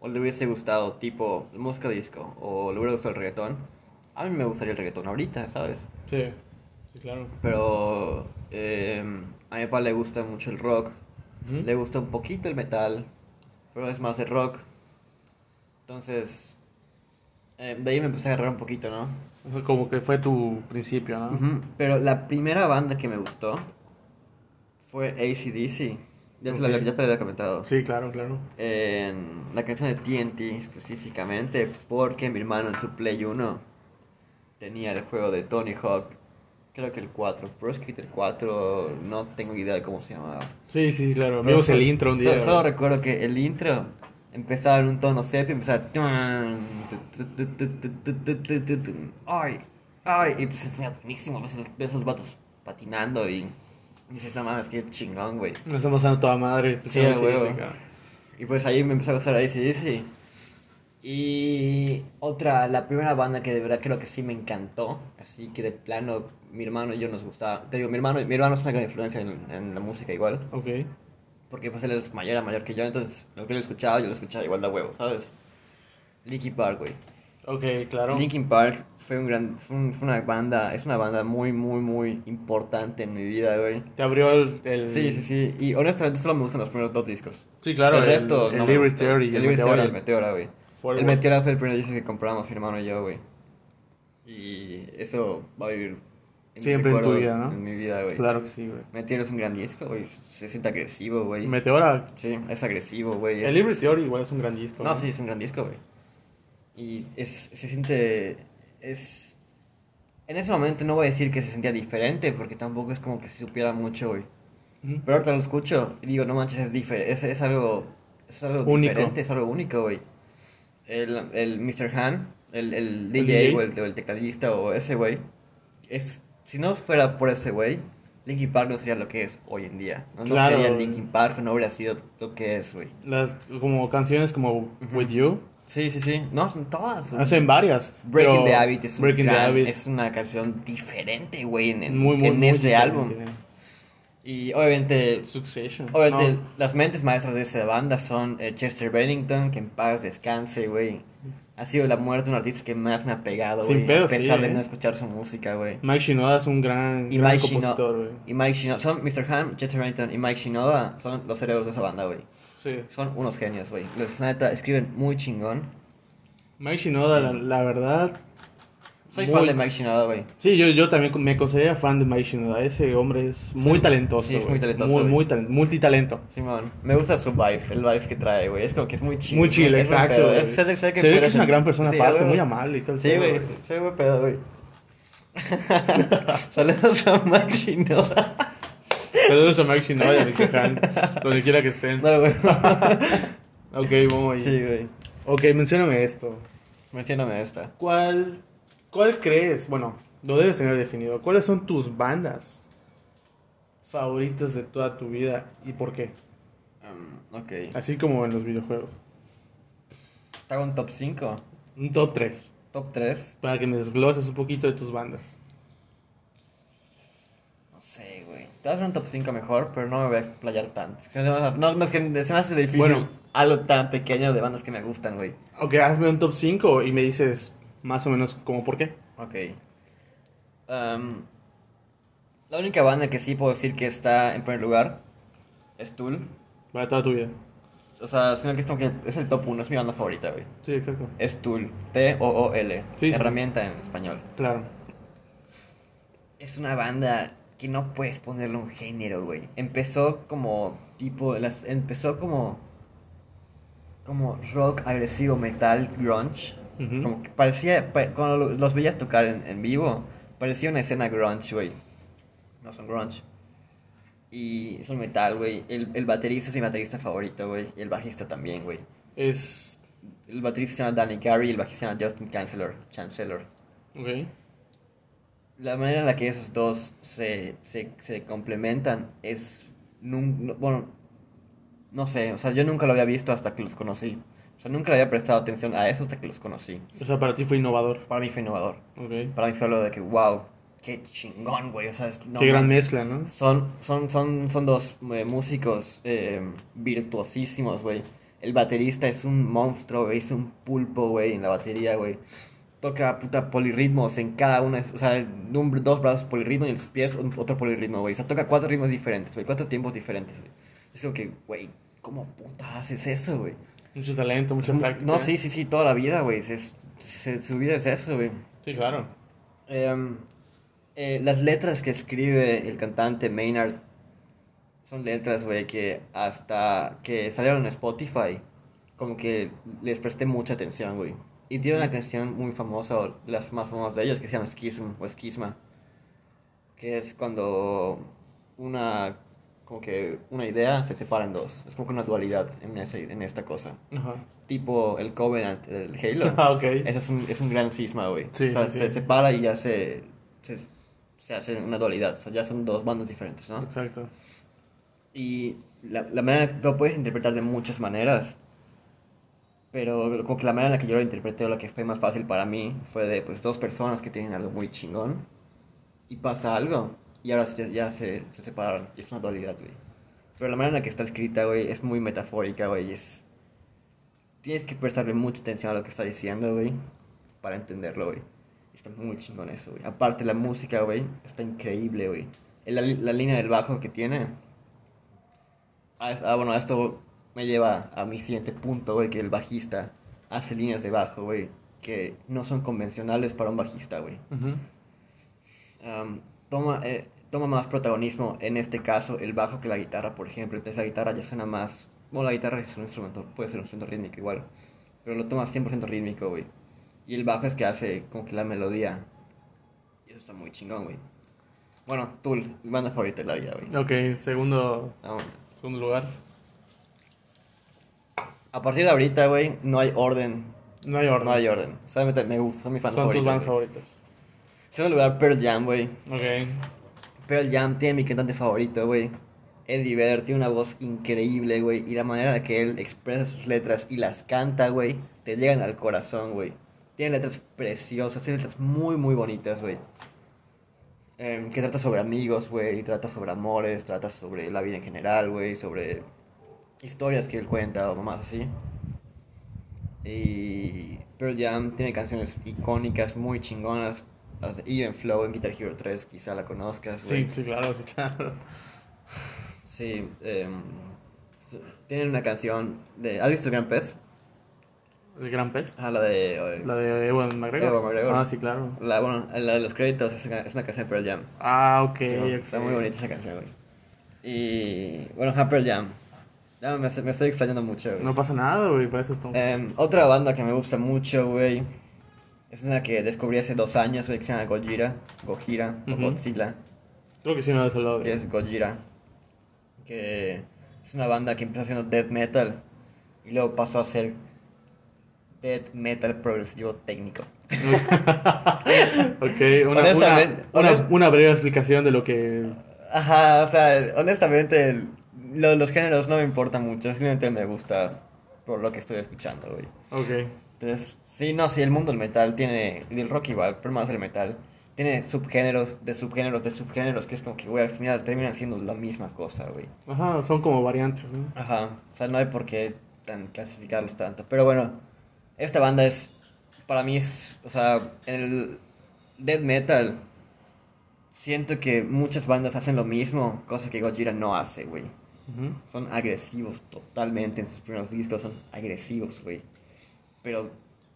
B: o le hubiese gustado, tipo, música disco, o le hubiera gustado el reggaetón, a mí me gustaría el reggaetón ahorita, ¿sabes?
A: Sí, sí, claro.
B: Pero eh, a mi papá le gusta mucho el rock,
A: Ujú.
B: le gusta un poquito el metal, pero es más de rock. Entonces, eh, de ahí me empecé a agarrar un poquito, ¿no?
A: O sea, como que fue tu principio, ¿no?
B: Ujú, Pero la primera banda que me gustó fue ACDC. Ya te, la,
A: Ok.
B: ya te la había comentado.
A: Sí, claro, claro.
B: En la canción de TNT específicamente, porque mi hermano en su Play 1 tenía el juego de Tony Hawk, creo que el 4, Pro Skater 4, no tengo idea de cómo se llamaba.
A: Sí, sí, claro.
B: Pero
A: Vimos
B: so-
A: el intro un
B: so-
A: día.
B: Solo,
A: güey.
B: recuerdo que el intro empezaba en un tono sepia, empezaba. tun, tu, tu, tu, tu, tu, tu, tu, tu, tu, Ay, ay, y pues fue buenísimo. Ves ves esos vatos patinando y. Y dices, no mames, qué chingón, güey.
A: Nos estamos dando toda madre.
B: Sí, a huevo. Y pues ahí me empezó a gustar ACDC. Y otra, la primera banda que de verdad creo que sí me encantó. Así que de plano, mi hermano y yo nos gustaba. Te digo, mi hermano, mi hermano es una gran influencia en- en la música igual.
A: Ok.
B: Porque pues él era mayor, era mayor que yo, entonces lo que él escuchaba, yo lo escuchaba igual de a huevo, ¿sabes? Linkin Park, güey.
A: Ok, claro.
B: Linkin Park fue un gran, fue, un- fue una banda, es una banda muy, muy, muy importante en mi vida, güey.
A: Te abrió el, el-
B: Sí, sí, sí. Y honestamente solo me gustan los primeros dos discos.
A: Sí, claro.
B: el resto,
A: El,
B: no me
A: Liberty
B: gustó.
A: Theory y
B: el
A: el
B: Liberty Theory y
A: Meteora.
B: el Meteora, güey.
A: Forward.
B: El Meteora fue el primer disco que compramos mi hermano y yo, güey. Y eso va a vivir mi
A: Siempre en tu
B: recuerdo,
A: vida, ¿no?
B: En mi vida, güey.
A: Claro que sí, güey.
B: Meteora es un gran disco, güey. Se siente agresivo, güey.
A: Meteora.
B: Sí, es agresivo, güey.
A: El
B: es-
A: Liberty Theory igual es un gran disco.
B: No, sí, es un gran disco, güey. Y es, se siente. Es. En ese momento no voy a decir que se sentía diferente, porque tampoco es como que se supiera mucho, güey.
A: Ujú.
B: Pero ahorita lo escucho y digo, no manches, es diferente. Es, es algo. Es algo
A: Único.
B: diferente, es algo único, güey. El, el Mr. Han, el, el DJ,
A: DJ.
B: O, el, o el tecladista o ese güey. Es, si no fuera por ese güey, Linkin Park no sería lo que es hoy en día. No, No
A: Claro,
B: sería
A: güey.
B: Linkin Park, no hubiera sido lo que es, güey.
A: Las como canciones como With You.
B: Sí, sí, sí. No, son todas. güey.
A: Hacen varias.
B: Breaking
A: pero
B: the Habit es, un
A: Breaking the
B: gran-
A: Habit.
B: es una canción diferente, güey, en, en-
A: muy, muy,
B: en
A: muy
B: ese
A: diferente.
B: álbum. Y obviamente,
A: Succession.
B: obviamente
A: No.
B: las mentes maestras de esa banda son eh, Chester Bennington, que en paz descanse, güey. Ha sido la muerte de un artista que más me ha pegado,
A: Sin
B: güey.
A: pedo,
B: A pesar
A: sí,
B: de
A: eh.
B: no escuchar su música, güey.
A: Mike Shinoda es un gran,
B: Y
A: gran
B: Mike
A: compositor, güey.
B: Shinoda. Y Mike Shinoda. Son Mr. Ham, Chester Bennington y Mike Shinoda. Son los cerebros de esa banda, güey.
A: Sí.
B: Son unos genios, güey. Los neta escriben muy chingón.
A: Mike Shinoda, la, la verdad,
B: Soy
A: muy-
B: fan de Mike Shinoda, güey.
A: Sí, yo, yo también me considero fan de Mike Shinoda. Ese hombre es muy
B: Sí.
A: talentoso.
B: Sí, es
A: güey.
B: muy talentoso,
A: Muy,
B: güey.
A: muy talent- multitalento.
B: Simón, me gusta su vibe, el vibe que trae, güey. Es como que es muy chill.
A: Muy chill,
B: es buen
A: exacto.
B: pedo,
A: güey.
B: Es, ser- ser que
A: Se ve que
B: puede
A: es
B: ser-
A: una gran persona
B: Sí,
A: aparte,
B: güey.
A: muy amable y todo el
B: Sí,
A: pedo,
B: güey. Sí, güey, pedo, güey. Saludos a Mike Shinoda.
A: Saludos a Mike Shinoda y a Mr. Han, donde quiera que estén.
B: No, güey.
A: Ok, vamos ahí.
B: Sí, güey.
A: Ok, mencióname esto.
B: Mencióname esta.
A: ¿Cuál, ¿Cuál crees? Bueno, lo debes tener definido. ¿Cuáles son tus bandas favoritas de toda tu vida y por qué?
B: Um, ok.
A: Así como en los videojuegos.
B: Estaba un top 5,
A: Un top 3.
B: top 3.
A: Para que me desgloses un poquito de tus bandas.
B: No sé, güey. Te voy a hacer un top 5 mejor, pero no me voy a explayar tanto. Es que No, no, no, es que se me hace difícil
A: Bueno.
B: algo tan pequeño de bandas que me gustan, güey.
A: Ok, hazme un top 5 y me dices más o menos como por qué.
B: Ok. Am, la única banda que sí puedo decir que está en primer lugar es Tool.
A: Para toda tu vida.
B: O sea, sino que es, como que es el top 1, es mi banda favorita, güey.
A: Sí, exacto.
B: Es Tool. T-O-O-L.
A: Sí, sí.
B: herramienta en español.
A: Claro.
B: Es una banda que no puedes ponerle un género, güey. Empezó como tipo, las, empezó como como rock agresivo, metal, grunge.
A: Ujú.
B: Como que parecía, pa- cuando lo- los veías tocar en, en vivo, parecía una escena grunge, güey. No son grunge. Y son metal, güey. El, el baterista es mi baterista favorito, güey. Y el bajista también, güey.
A: Es...
B: El baterista se llama Danny Gary y el bajista se llama Justin Chancellor. Chancellor.
A: Ok.
B: La manera en la que esos dos se, se, se complementan es... nun- no- bueno, no sé, o sea, yo nunca lo había visto hasta que los conocí. O sea, nunca le había prestado atención a eso hasta que los conocí.
A: O sea, para ti fue innovador.
B: Para mí fue innovador.
A: Ok.
B: Para mí fue lo de que, wow, qué chingón, güey. O sea, es- no
A: qué gran
B: mames.
A: mezcla, ¿no?
B: Son, son, son, son dos eh, músicos eh, virtuosísimos, güey. El baterista es un monstruo, güey. Es un pulpo, güey, en la batería, güey. Toca puta polirritmos en cada una. O sea, de un- dos brazos polirritmo y en sus pies un- otro polirritmo, güey. O sea, toca cuatro ritmos diferentes, güey. Cuatro tiempos diferentes, güey. Es como que, güey, ¿cómo puta haces eso, güey?
A: Mucho talento, mucha práctica.
B: No, sí, sí, sí, toda la vida, güey. Se- se- Su vida es eso, güey.
A: Sí, claro.
B: Em, eh, las letras que escribe el cantante Maynard son letras, güey, que hasta que salieron en Spotify, como que les presté mucha atención, güey. Y tiene una canción muy famosa, o de las más famosas de ellos, que se llama Schism o Esquisma, que es cuando una, como que una idea se separa en dos. Es como que una dualidad en, ese- en esta cosa.
A: Ajá.
B: Tipo el Covenant del Halo.
A: Ah, ok.
B: Eso es un, es un gran cisma, güey.
A: Sí,
B: o sea,
A: sí,
B: se
A: sí.
B: separa y ya se, se, se hace una dualidad. O sea, ya son dos bandos diferentes, ¿no?
A: Exacto.
B: Y la, la manera en la que lo puedes interpretar de muchas maneras. Pero como que la manera en la que yo lo interpreté o la que fue más fácil para mí fue de pues dos personas que tienen algo muy chingón y pasa algo y ahora ya, ya se, se separaron y es una dualidad, güey. Pero la manera en la que está escrita, güey, es muy metafórica, güey. Es... Tienes que prestarle mucha atención a lo que está diciendo, güey, para entenderlo, güey. Está muy chingón eso, güey. Aparte, la música, güey, está increíble, güey. La, la línea del bajo que tiene, Ah, es- ah, bueno, esto me lleva a mi siguiente punto, güey, que el bajista hace líneas de bajo, güey, que no son convencionales para un bajista, güey. Am, toma, eh, toma más protagonismo, en este caso, el bajo que la guitarra, por ejemplo. Entonces la guitarra ya suena más... Bueno, la guitarra es un instrumento, puede ser un instrumento rítmico igual, pero lo toma 100% rítmico, güey. Y el bajo es que hace como que la melodía. Y eso está muy chingón, güey. Bueno, Tool, mi banda favorita de la vida, güey.
A: Ok, segundo,
B: Vamos.
A: segundo lugar.
B: A partir de ahorita, güey, no hay orden
A: No hay orden.
B: No hay orden. Solamente me gusta, son mis fans
A: Son tus bandas
B: favoritos.
A: favoritas.
B: Segundo lugar, Pearl Jam, güey.
A: Ok.
B: Pearl Jam tiene mi cantante favorito, güey. Eddie Vedder tiene una voz increíble, güey. Y la manera en la que él expresa sus letras y las canta, güey, te llegan al corazón, güey. Tiene letras preciosas, tiene letras muy, muy bonitas, güey. Em, que trata sobre amigos, güey. Trata sobre amores, trata sobre la vida en general, güey. Sobre historias que él cuenta o más así. Y Pearl Jam tiene canciones icónicas, muy chingonas. Las de Even Flow en Guitar Hero 3, quizá la conozcas, güey.
A: Sí, sí, claro, sí, claro.
B: Sí, em, s- tienen una canción de... ¿Has visto Gran Pez?
A: ¿El gran pez?
B: Ah, la de...
A: La de Ewan McGregor.
B: Ewan McGregor.
A: Ah, sí, claro.
B: La, bueno, la de los créditos es una, es una canción de Pearl Jam.
A: Ah, ok.
B: Sí,
A: ok.
B: Está muy bonita esa canción, güey. Y bueno, ajá, Pearl Jam. Ya me, me estoy extrañando mucho, güey.
A: No pasa nada, güey, para eso estamos.
B: Em, otra banda que me gusta mucho, güey. Es una que descubrí hace dos años, güey, que se llama Gojira. Gojira o
A: Ujú.
B: Godzilla.
A: Creo que sí me habías hablado
B: Que
A: de
B: es Gojira. Que es una banda que empezó haciendo death metal. Y luego pasó a ser death metal progresivo técnico.
A: Ok, una,
B: Honestamente-
A: una, una,
B: honest-
A: una breve explicación de lo que...
B: Ajá, o sea, honestamente, el- lo- los géneros no me importan mucho. Simplemente me gusta por lo que estoy escuchando, güey.
A: Ok.
B: Entonces, sí, no, sí, el mundo del metal tiene, y del rock igual, pero más el metal, tiene subgéneros de subgéneros de subgéneros, que es como que, güey, al final terminan siendo la misma cosa, güey.
A: Ajá, son como variantes, ¿no?
B: Ajá, o sea, no hay por qué tan clasificarlos tanto. Pero bueno, esta banda es, para mí es, o sea, en el death metal, siento que muchas bandas hacen lo mismo, cosa que Gojira no hace, güey.
A: Ujú.
B: Son agresivos totalmente en sus primeros discos, son agresivos, güey. Pero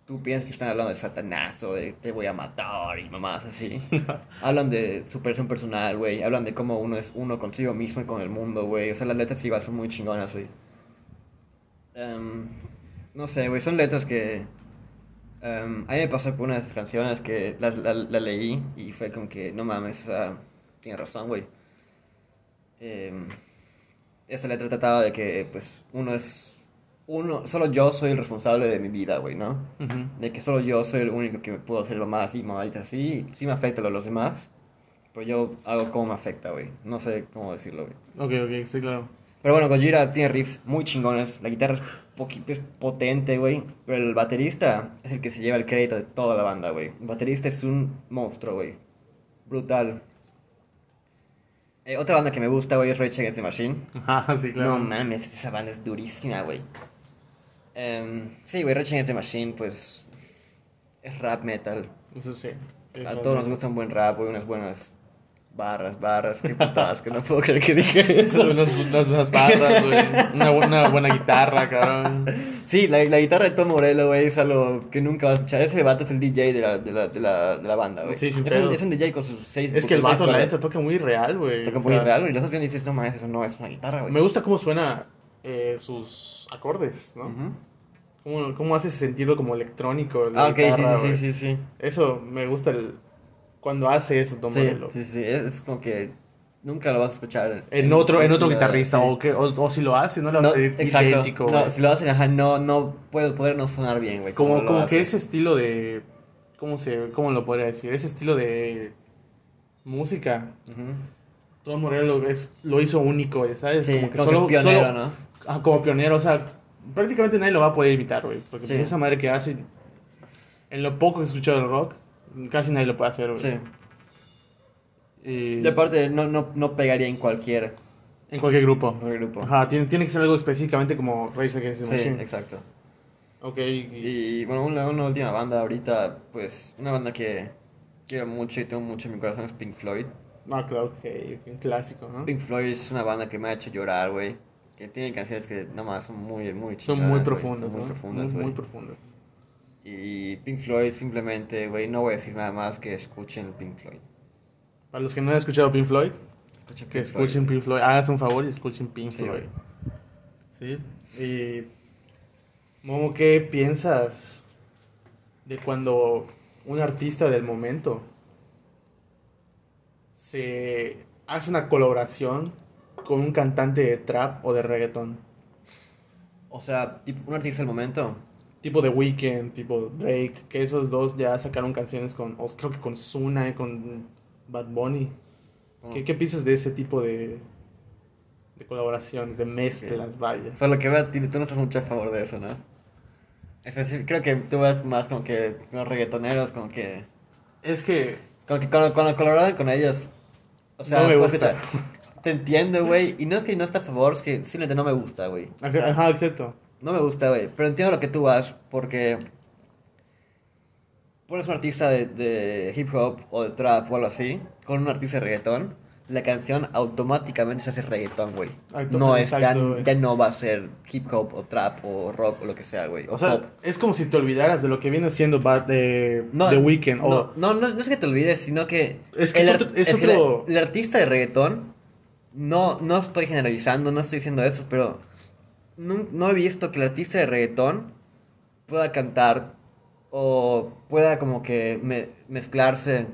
B: tú piensas que están hablando de Satanás o de te voy a matar y mamás así. hablan de superación personal, güey. Hablan de cómo uno es uno consigo mismo y con el mundo, güey. O sea, las letras igual son muy chingonas, güey. Em, no sé, güey. Son letras que... em, a mí me pasó con unas canciones que las la, la leí y fue como que, no mames, o sea, tienes razón, güey. Em, esta letra trataba de que, pues, uno es. Uno, solo yo soy el responsable de mi vida, güey, ¿no?
A: Ujú.
B: De que solo yo soy el único que me puedo hacer mamá así, mamá así. Sí me afecta lo de los demás, pero yo hago como me afecta, güey. No sé cómo decirlo, güey.
A: Ok, ok, sí, claro.
B: Pero bueno, Gojira tiene riffs muy chingones. La guitarra es, poqui- es potente, güey. Pero el baterista es el que se lleva el crédito de toda la banda, güey. El baterista es un monstruo, güey. Brutal. Eh, otra banda que me gusta, güey, es Rage Against the Machine.
A: Ajá, Ah, sí, claro.
B: No mames, esa banda es durísima, güey. Em, sí, güey, Rage Against the Machine, pues. Es rap metal.
A: Eso sí. Sí,
B: A
A: claro.
B: todos nos gusta un buen rap, güey, unas buenas barras, barras. Qué putadas, que no puedo creer que dije eso.
A: Unas, unas, unas barras, güey. Una, bu- una buena guitarra, cabrón.
B: Sí, la, la guitarra de Tom Morello, güey, es algo que nunca vas a escuchar. Ese vato es el DJ de la, de la, de la, de la banda, güey.
A: Sí, sin
B: es, un,
A: pedos.
B: es un DJ con sus seis
A: Es que el vato, la
B: seis
A: neta, toca muy real, güey.
B: cuerdas. Pues, Toca
A: o
B: muy
A: sea,
B: real, güey. Y los otros bien dices, no mames, eso no es una guitarra, güey.
A: Me gusta cómo suena eh, sus acordes, ¿no?
B: Ujú.
A: ¿Cómo, cómo hace sentirlo como electrónico? la
B: Ah, ok,
A: guitarra,
B: sí,
A: güey.
B: sí, sí, sí, sí.
A: Eso me gusta el, cuando hace eso Tom
B: Sí,
A: Morello.
B: sí, sí, es, es como que nunca lo vas a escuchar.
A: En otro, en otro
B: la-
A: guitarrista,
B: sí.
A: o, que, o, o si lo hace, no lo
B: No,
A: hace
B: exacto.
A: idéntico.
B: No,
A: güey.
B: si lo hacen, ajá, no, no puede poder no sonar bien, güey.
A: como
B: lo
A: como que
B: hace.
A: ese estilo de. ¿Cómo, se, ¿Cómo lo podría decir? Ese estilo de música.
B: Ujú.
A: Tom Morello es, lo hizo único, ¿sabes?
B: Sí,
A: como que
B: como que
A: solo.
B: pionero,
A: solo-
B: ¿no?
A: ah, como pionero, o sea, prácticamente nadie lo va a poder imitar, güey. Porque
B: Sí.
A: pues, esa madre que hace. En lo poco que he escuchado del rock, casi nadie lo puede hacer, güey.
B: Sí.
A: Y-
B: Y aparte, no, no, no pegaría en cualquier,
A: En cualquier grupo.
B: cualquier grupo.
A: Ajá, tiene, tiene que ser algo específicamente como Rage Against the
B: Sí,
A: Machine.
B: exacto.
A: Ok, y-
B: Y bueno, una, una última banda ahorita, pues, una banda que quiero mucho y tengo mucho en mi corazón es Pink Floyd.
A: Ah, claro, ok, un clásico, ¿no?
B: Pink Floyd es una banda que me ha hecho llorar, güey. Que tiene canciones que nada más son muy, muy
A: Son
B: chingonas,
A: muy
B: güey.
A: profundos,
B: Son muy
A: ¿no?
B: profundas,
A: Muy-
B: güey.
A: muy profundas.
B: Y Pink Floyd simplemente, güey, no voy a decir nada más que escuchen Pink Floyd.
A: Para los que no han escuchado Pink Floyd,
B: Escuchen
A: que
B: Pink Floyd.
A: escuchen Pink Floyd, háganse un favor y escuchen Pink
B: Sí,
A: Floyd.
B: güey.
A: Sí. Y Momo, ¿qué piensas de cuando un artista del momento se hace una colaboración con un cantante de trap o de reggaetón?
B: O sea, tipo, un artista del momento.
A: Tipo The Weeknd, tipo Drake, que esos dos ya sacaron canciones con, o creo que con Suna y con Bad Bunny. ¿Qué, qué piensas de ese tipo de, de colaboraciones, de mezclas, vaya?
B: Por lo que veo, Tini, tú no estás mucho a favor de eso, ¿no? Es decir, creo que tú vas más como que con los reggaetoneros, como que...
A: Es que,
B: Como que cuando, cuando colaboran con ellos... O sea,
A: No me
B: pues,
A: gusta.
B: escucha, te entiendo, güey. Y no es que no esté a favor, es que simplemente no me gusta, güey.
A: ajá, ajá, exacto.
B: No me gusta, güey. Pero entiendo lo que tú vas, porque... Pones un artista de, de hip hop o de trap o algo así, con un artista de reggaetón, la canción automáticamente se hace reggaetón, güey.
A: Exacto,
B: No es
A: exacto,
B: tan,
A: güey.
B: ya no va a ser hip hop o trap o rock o lo que sea, güey. O,
A: O sea,
B: pop.
A: es como si te olvidaras de lo que viene siendo Bad de The Weeknd.
B: No,
A: o-
B: no, no, no es que te olvides, sino que.
A: Es que
B: el
A: es
B: ar-
A: otro- es
B: que la-
A: otro-
B: el artista de reggaetón. No, no estoy generalizando, no estoy diciendo eso, pero. No, no he visto que el artista de reggaetón pueda cantar o pueda como que me- mezclarse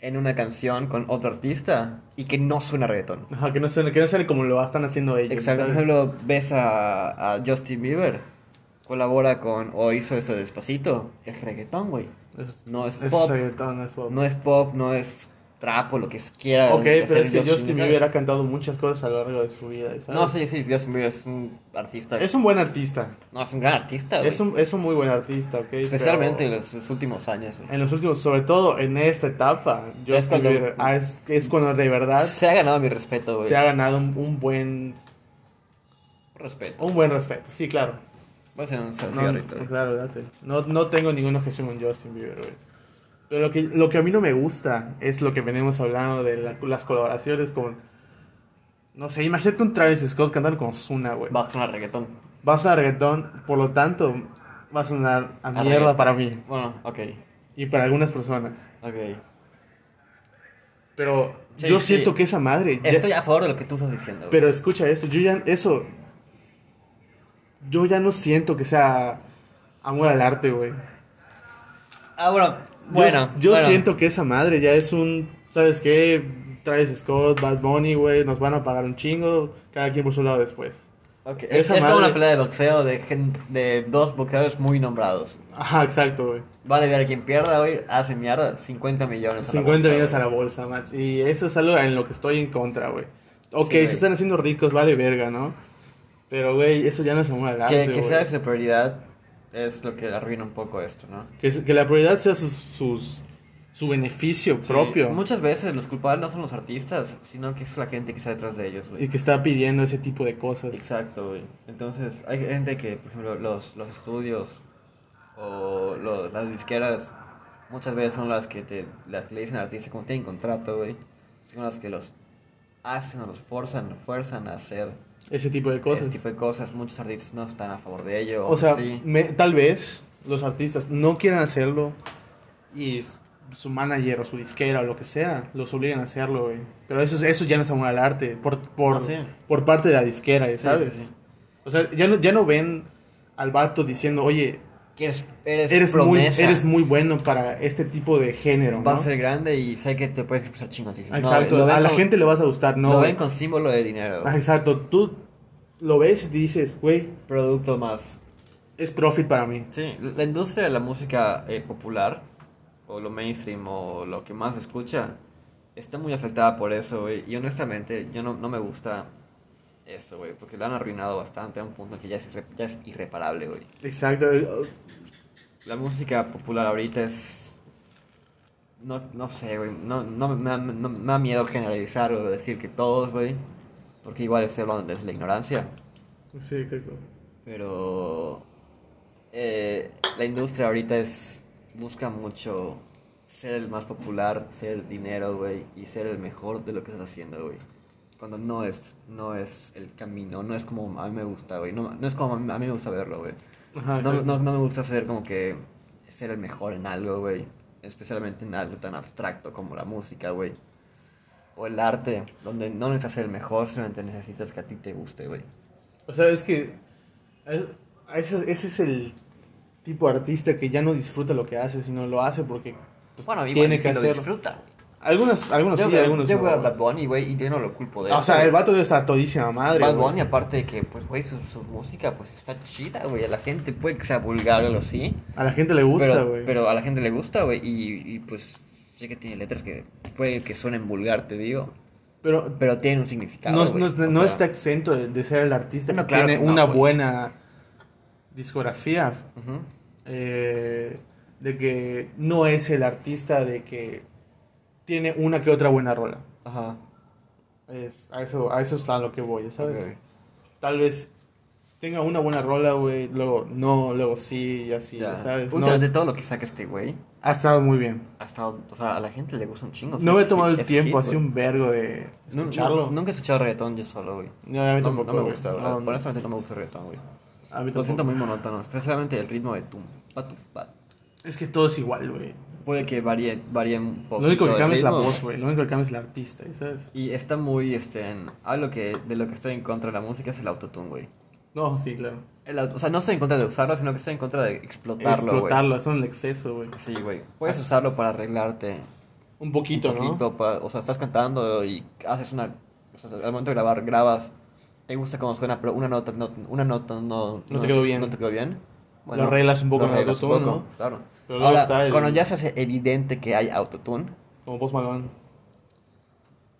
B: en una canción con otro artista y que no suena reggaetón.
A: Ajá, que no suene, que no suene como lo están haciendo ellos.
B: Exacto, por
A: ¿sabes?
B: ejemplo, ves a, a Justin Bieber, colabora con o hizo esto de despacito, es reggaetón, güey.
A: Es-
B: No es
A: es
B: pop,
A: reggaetón, es pop.
B: no es pop, no es trap o lo que quiera.
A: ok,
B: hacer
A: pero es que Justin
B: ¿sabes?
A: Bieber ha cantado muchas cosas a lo largo de su vida. ¿sabes?
B: No, sí, sí, Justin Bieber es un artista.
A: Es un buen artista.
B: No, es un gran artista, Ah, güey.
A: Es un, es un muy buen artista, ok.
B: Especialmente
A: pero
B: en los, los últimos años, güey.
A: en los últimos, sobre todo en esta etapa, Justin
B: Es cuando-
A: Bieber ah, es, es cuando de verdad
B: Se ha ganado mi respeto, güey.
A: se ha ganado un, un buen
B: Respeto.
A: un buen respeto. Sí, claro.
B: Voy a hacer un
A: No,
B: cigarrito, güey.
A: claro, date. No, no tengo ninguna objeción con Justin Bieber, güey. Pero lo que, lo que a mí no me gusta es lo que venimos hablando de la- las colaboraciones con. No sé, imagínate un Travis Scott cantando con Zuna, güey.
B: Va a sonar reggaetón.
A: Va a sonar reggaetón, por lo tanto, va a sonar a
B: A
A: mierda
B: reggaetón.
A: para mí
B: Bueno, ok,
A: y para algunas personas.
B: ok.
A: Pero
B: Sí,
A: yo
B: sí.
A: siento que esa madre. ya-
B: Estoy a favor de lo que tú estás diciendo, güey.
A: Pero escucha eso, yo ya. Eso. Yo ya no siento que sea amor al arte, güey.
B: Ah, bueno,
A: Yo-
B: bueno.
A: Yo,
B: bueno.
A: siento que esa madre ya es un. ¿Sabes qué? Travis Scott, Bad Bunny, güey, nos van a pagar un chingo, cada quien por su lado después.
B: Ok, Es,
A: esa
B: es como
A: madre-
B: una pelea de boxeo de, gen- de dos boxeadores muy nombrados.
A: Ajá, exacto, güey.
B: Vale, ver quien pierda hoy hace mierda 50 millones. a la
A: 50
B: bolsa,
A: millones a
B: güey.
A: la bolsa, macho. Y eso es algo en lo que estoy en contra, güey. Ok,
B: Sí, güey.
A: se están haciendo ricos, vale verga, ¿no? Pero, güey, eso ya no es amor al arte,
B: Que, que
A: güey.
B: sea su prioridad es lo que arruina un poco esto, ¿no?
A: Que, se- que la prioridad sea sus, sus- su beneficio
B: Sí,
A: propio.
B: Muchas veces los culpables no son los artistas, sino que es la gente que está detrás de ellos,
A: Y
B: güey.
A: que está pidiendo ese tipo de cosas.
B: Exacto, güey. Entonces, hay gente que, por ejemplo, los, los estudios o lo- las disqueras muchas veces son las que te las que le dicen al artista como tienen contrato, güey. Son las que los hacen o los forzan, fuerzan a hacer
A: Ese tipo de
B: este
A: cosas.
B: tipo de cosas. Muchos artistas no están a favor de ello.
A: O sea,
B: sí.
A: me- tal vez los artistas no quieran hacerlo y s- su manager o su disquera o lo que sea los obligan a hacerlo, güey. Pero eso, es- eso ya no es amor al arte, por, por,
B: Ah, sí.
A: por parte de la disquera,
B: sí,
A: ¿sabes?
B: sí.
A: O sea, ya no, ya no ven al vato diciendo, oye,
B: Que eres, eres,
A: eres muy,
B: promesa.
A: eres muy bueno para este tipo de género,
B: Vas
A: ¿no? Ah,
B: a ser grande y sé que te puedes expresar chingosísimo. No,
A: Exacto,
B: lo ven
A: a la
B: con-
A: gente le vas a gustar, ¿no?
B: Lo
A: güey.
B: ven con símbolo de dinero.
A: Ah, Exacto, tú lo ves y dices, güey,
B: Producto más
A: es profit para mí.
B: Sí, la industria de la música eh, popular, o lo mainstream, o lo que más se escucha, está muy afectada por eso, güey. Y honestamente, yo no, no me gusta eso, güey, porque lo han arruinado bastante a un punto que ya es, irre- ya es irreparable, güey.
A: Exacto, eh,
B: La música popular ahorita es... No, no sé, güey, no, no, me, me- no- me da miedo generalizar o decir que todos, güey, porque igual es, lo- es la ignorancia.
A: sí, exacto.
B: Pero eh, la industria ahorita es busca mucho ser el más popular, ser dinero, güey, y ser el mejor de lo que estás haciendo, güey. Cuando no es, no es el camino, no es como a mí me gusta, güey. No, no es como a mí, a mí me gusta verlo, güey.
A: Ajá,
B: No,
A: exacto.
B: no, no me gusta ser como que ser el mejor en algo, güey. Especialmente en algo tan abstracto como la música, güey. O el arte, donde no necesitas ser el mejor, solamente necesitas que a ti te guste, güey.
A: O sea, es que es- ese, ese es el tipo de artista que ya no disfruta lo que hace, sino lo hace porque pues,
B: Bueno, igual
A: tiene
B: y
A: que
B: sí lo
A: hacerlo.
B: disfruta, güey.
A: Algunos, algunos
B: yo
A: sí,
B: veo,
A: algunos
B: yo
A: no,
B: veo a
A: güey.
B: Bad Bunny, güey, y yo no lo culpo de
A: O
B: eso.
A: sea,
B: güey.
A: el vato debe estar todísima madre.
B: Bad
A: güey.
B: Bunny, aparte de que, pues, güey, su, su música, pues, está chida, güey. A la gente puede que sea vulgar o algo así.
A: A la gente le gusta,
B: pero,
A: güey.
B: pero a la gente le gusta, güey. Y, y, pues, sé que tiene letras que puede que suenen vulgar, te digo.
A: Pero,
B: Pero tienen un significado,
A: no, es-
B: güey.
A: no es-
B: O
A: no
B: sea,
A: está exento de, de ser el artista
B: No,
A: que
B: claro
A: tiene
B: que no,
A: una
B: pues.
A: buena discografía.
B: ujú.
A: eh, de que no es el artista de que tiene una que otra buena rola.
B: Ajá.
A: Es, a, eso, a eso es a lo que voy, ¿sabes?
B: ok.
A: Tal vez tenga una buena rola, güey, luego no, luego sí, y así,
B: Ya.
A: ¿sabes? No,
B: Últimamente
A: es-
B: todo lo que saca este güey
A: ha estado muy bien.
B: ha estado. O sea, a la gente le gusta un chingo.
A: No me he tomado el
B: Es
A: tiempo,
B: hit,
A: así
B: güey.
A: un vergo de
B: Nu- nu-
A: escucharlo. No,
B: Nunca he escuchado reggaetón yo solo, güey.
A: a mí
B: No,
A: tampoco,
B: no me
A: güey.
B: gusta, o sea,
A: No, no.
B: honestamente no me gusta el reggaetón, güey.
A: A mí
B: Lo siento
A: tampoco.
B: muy monótono, especialmente el ritmo de tumpa, tumpa.
A: Es que todo es igual, güey.
B: Puede que varíe, varíe un poco.
A: Lo único que cambia es la voz, güey. Lo único que cambia es el artista, ¿sabes?
B: Y está muy, este, en- algo que, de lo que estoy en contra de la música es el autotune, güey.
A: No, sí, claro.
B: El auto- o sea, no estoy en contra de usarlo, sino que estoy en contra de explotarlo, güey.
A: Explotarlo, eso es un exceso, güey.
B: Sí, güey. Puedes usarlo para arreglarte.
A: Un poquito,
B: un poquito, pa- o sea, estás cantando y haces una... O sea, al momento de grabar, grabas. Te gusta cómo suena, pero una nota no, una nota no,
A: te quedó
B: es-
A: bien.
B: No te quedó bien.
A: Lo arreglas un poco
B: lo
A: en
B: arreglas un
A: autotune,
B: poco,
A: ¿no?
B: Claro.
A: Pero luego
B: Ahora,
A: está el-
B: cuando ya se hace evidente que hay autotune,
A: ¿no? Como Post Malone.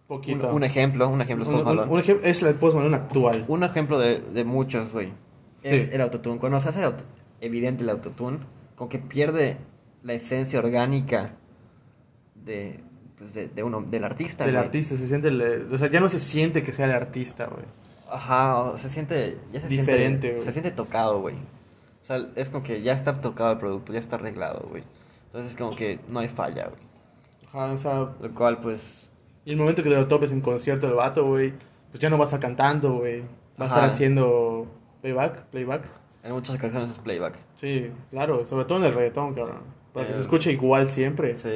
B: un,
A: Poquito.
B: un ejemplo, un ejemplo es Post
A: Un- un-
B: Malone.
A: un ejemplo es el Post Malone actual.
B: Un ejemplo de, de muchos, güey. Es
A: Sí.
B: el autotune. Cuando se hace el auto- evidente el autotune, con que pierde la esencia orgánica de, pues, de, de uno, del artista.
A: Del
B: güey.
A: artista, se siente. el- o sea, ya no se siente que sea el artista, güey.
B: Ajá, o se siente. Ya se
A: Diferente,
B: siente,
A: güey.
B: Se siente tocado, güey. O sea, es como que ya está tocado el producto, ya está arreglado, güey. Entonces, como que no hay falla, güey.
A: Ajá, o sea,
B: Lo cual, pues.
A: y el momento que te lo topes en concierto del vato, güey, pues ya no vas a estar cantando, güey. Vas a estar
B: Ajá.
A: haciendo playback, playback.
B: En muchas canciones es playback.
A: Sí, claro, sobre todo en el reggaetón, cabrón. Para que
B: Eh.
A: se escuche igual siempre.
B: Sí.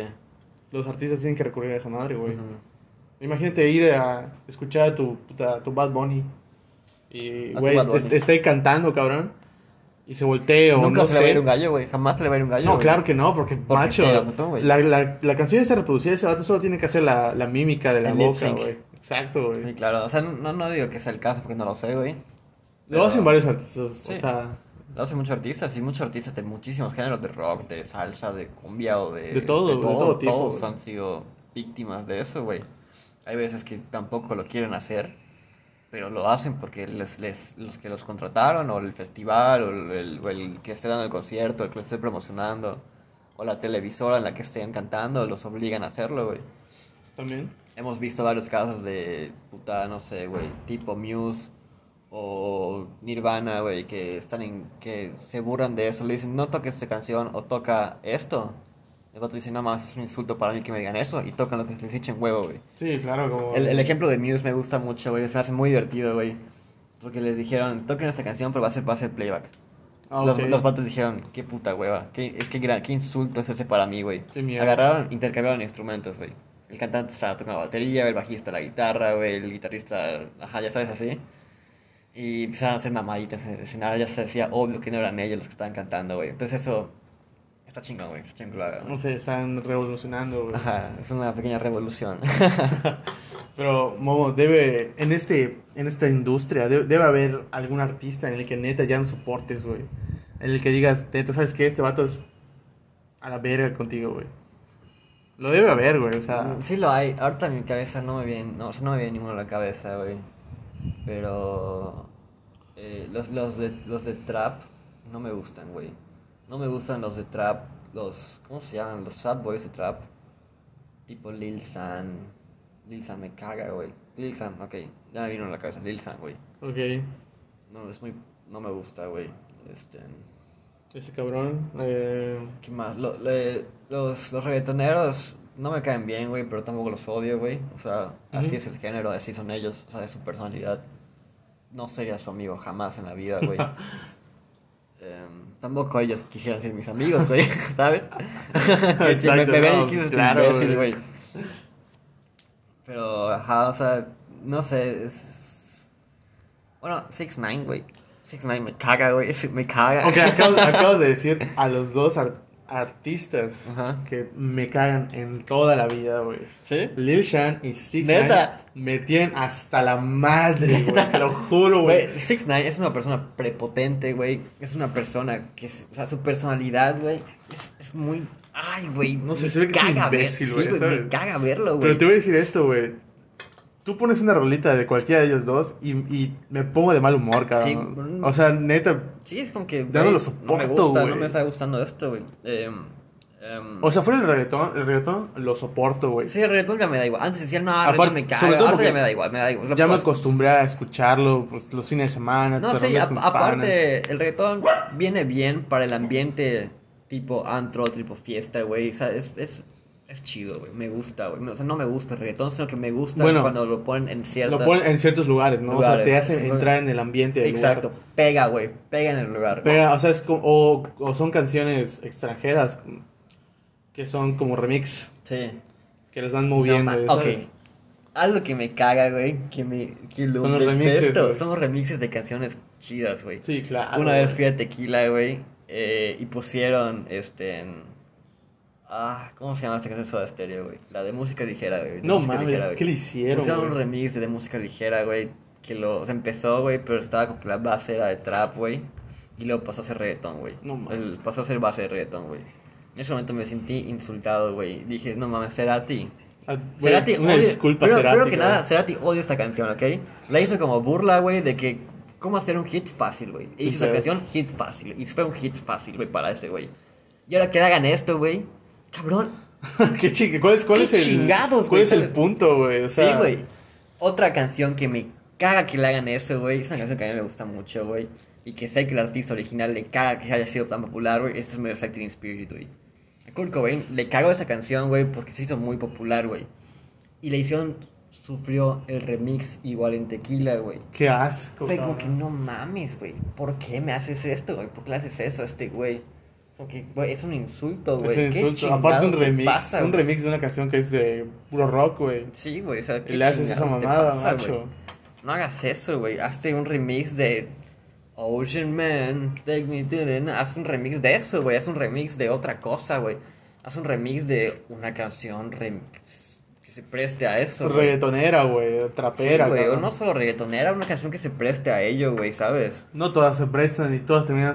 A: Los artistas tienen que recurrir a esa madre, güey.
B: Ujú.
A: Imagínate ir a escuchar a tu, puta- tu Bad Bunny y,
B: A tu
A: güey,
B: Bad
A: est-
B: Bunny.
A: esté cantando, cabrón, y se voltee o
B: Nunca
A: no
B: se le va a
A: sé.
B: ir un gallo, güey. Jamás se le va a ir un gallo.
A: No,
B: güey.
A: claro que no, porque, macho,
B: tiene autotune, güey.
A: la, la, la canción está reproducida, ese vato solo tiene que hacer la, la mímica de la
B: El lip
A: boca,
B: sync.
A: güey. Exacto, güey.
B: Sí, claro. O sea, no, no digo que sea el caso porque no lo sé, güey.
A: Lo
B: Pero
A: hacen varios artistas, o
B: Sí.
A: sea,
B: Lo hacen muchos artistas y muchos artistas de muchísimos géneros, de rock, de salsa, de cumbia o de...
A: De todo, de todo tipo,
B: Todos
A: güey.
B: han sido víctimas de eso, güey. Hay veces que tampoco lo quieren hacer, pero lo hacen porque les, les- los que los contrataron, o el festival, o el, o el que esté dando el concierto, el que lo esté promocionando, o la televisora en la que estén cantando, los obligan a hacerlo, güey.
A: también.
B: Hemos visto varios casos de puta, no sé, güey, tipo Muse o Nirvana, güey, que están en, que se burlan de eso, le dicen, no toques esta canción o toca esto. El vato dice, no mames, es un insulto para mí que me digan eso y tocan lo que les echen huevo, güey.
A: Sí, claro, como...
B: El, el ejemplo de Muse me gusta mucho, güey, se me hace muy divertido, güey. Porque les dijeron, toquen esta canción, pero va a ser, va a ser playback.
A: Ah,
B: Los,
A: ok.
B: los vatos dijeron, qué puta hueva, qué, es que gran- qué insulto es ese para mí, güey.
A: Qué mierda.
B: Agarraron, intercambiaron instrumentos, güey. El cantante estaba tocando la batería, el bajista la guitarra, güey, el guitarrista, ajá, ya sabes, así. Y empezaron a hacer mamaditas en el escenario, ya se decía obvio que no eran ellos los que estaban cantando, güey. Entonces eso está chingón, güey, está chingón que lo hagan,
A: No
B: ¿no?
A: sé, están revolucionando, güey.
B: Ajá, es una pequeña revolución.
A: Pero, Momo, debe, en este, en esta industria, debe, debe haber algún artista en el que neta ya no soportes, güey. En el que digas, neta, ¿sabes qué? Este vato es a la verga contigo, güey. Lo debe haber, güey, o sea.
B: Sí lo hay, ahorita en mi cabeza no me viene, no, o sea, no me viene ninguno a la cabeza, güey. Pero eh, los, los, de, los de trap no me gustan, güey. No me gustan los de trap, los, ¿cómo se llaman? Los sad boys de trap. Tipo Lil San. Lil San me caga, güey. Lil San, ok. Ya me vino a la cabeza, Lil San, güey.
A: Ok,
B: No, es muy, no me gusta, güey. Este,
A: ese cabrón. Eh,
B: ¿qué más? Lo- le- los, los reggaetoneros no me caen bien, güey, pero tampoco los odio, güey. O sea, así
A: Ujú.
B: es el género, así son ellos, o sea, es su personalidad. No sería su amigo jamás en la vida, güey. Em, tampoco ellos quisieran ser mis amigos, güey, ¿sabes? que si me,
A: Exacto,
B: me ven
A: no,
B: y quisieras
A: claro,
B: imbécil,
A: güey.
B: güey. Pero, ajá, o sea, no sé, es... Bueno, 6ix9ine, güey. 6ix9ine me caga, güey, me caga.
A: ok, acabas, acabas de decir a los dos ar- artistas
B: Ajá.
A: que me cagan en toda la vida, güey.
B: ¿Sí?
A: Lil Shan y Six
B: Neta.
A: me tienen hasta la madre, güey. Te lo juro, güey.
B: Güey, Six Nine es una persona prepotente, güey. Es una persona que, es- o sea, su personalidad, güey, es, es muy. Ay, güey.
A: No sé,
B: me
A: se ve que es un
B: caga ver-
A: imbécil,
B: sí,
A: güey, ¿sabes?
B: Me caga verlo,
A: Pero
B: güey.
A: te voy a decir esto, güey. Tú pones una rolita de cualquiera de ellos dos y, y me pongo de mal humor, cabrón.
B: Sí.
A: O sea, neta,
B: Sí, es como que.
A: Ya no lo
B: güey, No me
A: soporto,
B: gusta, no
A: güey.
B: me está gustando esto, güey. Eh, Em,
A: O sea, fuera el reggaetón, el reggaetón lo soporto, güey.
B: sí, el reggaetón ya me da igual. Antes decía, no, el
A: Aparte-
B: reggaetón me
A: sobre
B: caga.
A: todo
B: Ahora ya
A: porque
B: me da igual, me da igual.
A: ya me
B: Los-
A: acostumbré a escucharlo pues, los fines de semana,
B: No,
A: te
B: sí,
A: reunías
B: a-
A: con tus panas.
B: aparte, el reggaetón viene bien para el ambiente tipo antro, tipo fiesta, güey. O sea, es, es, es chido, güey. Me gusta, güey. O sea, no me gusta el reggaetón, sino que me gusta
A: Bueno,
B: cuando lo ponen en ciertas...
A: Lo ponen en ciertos lugares, ¿no? o sea,
B: lugares.
A: te hacen entrar en el ambiente del lugar.
B: Exacto. Pega, güey. Pega en el lugar. güey.
A: Pero, o sea, es como- o, o son canciones extranjeras que son como remix,
B: Sí.
A: que les van
B: No,
A: moviendo.
B: ma- ok.
A: ¿sabes?
B: Algo que me caga, güey. Que me... Que lo
A: Son los remixes,
B: detesto,
A: güey.
B: Son los remixes de canciones chidas, güey.
A: Sí, claro.
B: Una vez
A: Ah, güey.
B: fui a Tequila, güey, eh, y pusieron, este, en- Ah, ¿cómo se llama esta canción de Soda Stereo, güey? La de música ligera, güey. de
A: No
B: música
A: mames,
B: ligera, güey.
A: ¿qué le hicieron,
B: Pusieron un
A: güey?
B: remix de, de música ligera, güey, que lo... O sea, empezó, güey, pero estaba con que la base era de trap, güey, y luego pasó a ser reggaetón, güey.
A: No mames.
B: El- Pasó a ser base de reggaetón, güey. En ese momento me sentí insultado, güey. Dije, no mames, será ti.
A: Ah, güey,
B: Cerati
A: una
B: odia-
A: disculpa,
B: primero-
A: Cerati,
B: primero que nada,
A: cabrón.
B: Cerati odia esta canción, ¿ok? La hizo como burla, güey, de que... ¿Cómo hacer un hit fácil, güey? E
A: Sí,
B: hizo esa
A: pues.
B: canción hit fácil. Y fue un hit fácil, güey, para ese, güey. Y ahora que hagan esto, güey. Cabrón.
A: ¿Qué ching- ¿Cuál es, cuál
B: Qué
A: es el,
B: chingados,
A: cuál
B: güey,
A: es el
B: ¿sabes?
A: punto, güey? O sea,
B: sí, güey. Otra canción que me caga que le hagan eso, güey. Es una canción que a mí me gusta mucho, güey. Y que sé que el artista original le caga que haya sido tan popular, güey. Eso es medio Acting Spirit, güey. A Kurt Cobain le cagó esa canción, güey, porque se hizo muy popular, güey. Y le hicieron, sufrió el remix igual en Tequila, güey.
A: Qué asco.
B: Fue como que
A: cabrón.
B: no mames, güey. ¿Por qué me haces esto, güey? ¿Por qué le haces eso a este güey? Como que, güey, es un insulto, güey.
A: Es un
B: ¿Qué
A: insulto. Aparte un
B: chingados te
A: remix,
B: pasa,
A: un
B: güey?
A: remix de una canción que es de puro rock, güey.
B: Sí, güey, o sea, ¿qué
A: Y le haces esa
B: chingados te
A: mamada,
B: pasa, güey?
A: macho.
B: No hagas eso, güey. Hazte un remix de Ocean Man, Take Me to the... Night. Haz un remix de eso, güey. Haz un remix de otra cosa, güey. Haz un remix de una canción rem- que se preste a eso, güey.
A: Reggaetonera, güey,
B: Sí,
A: trapera,
B: güey, o
A: cabrón.
B: no solo reggaetonera, una canción que se preste a ello, güey, ¿sabes?
A: No todas se prestan y todas terminan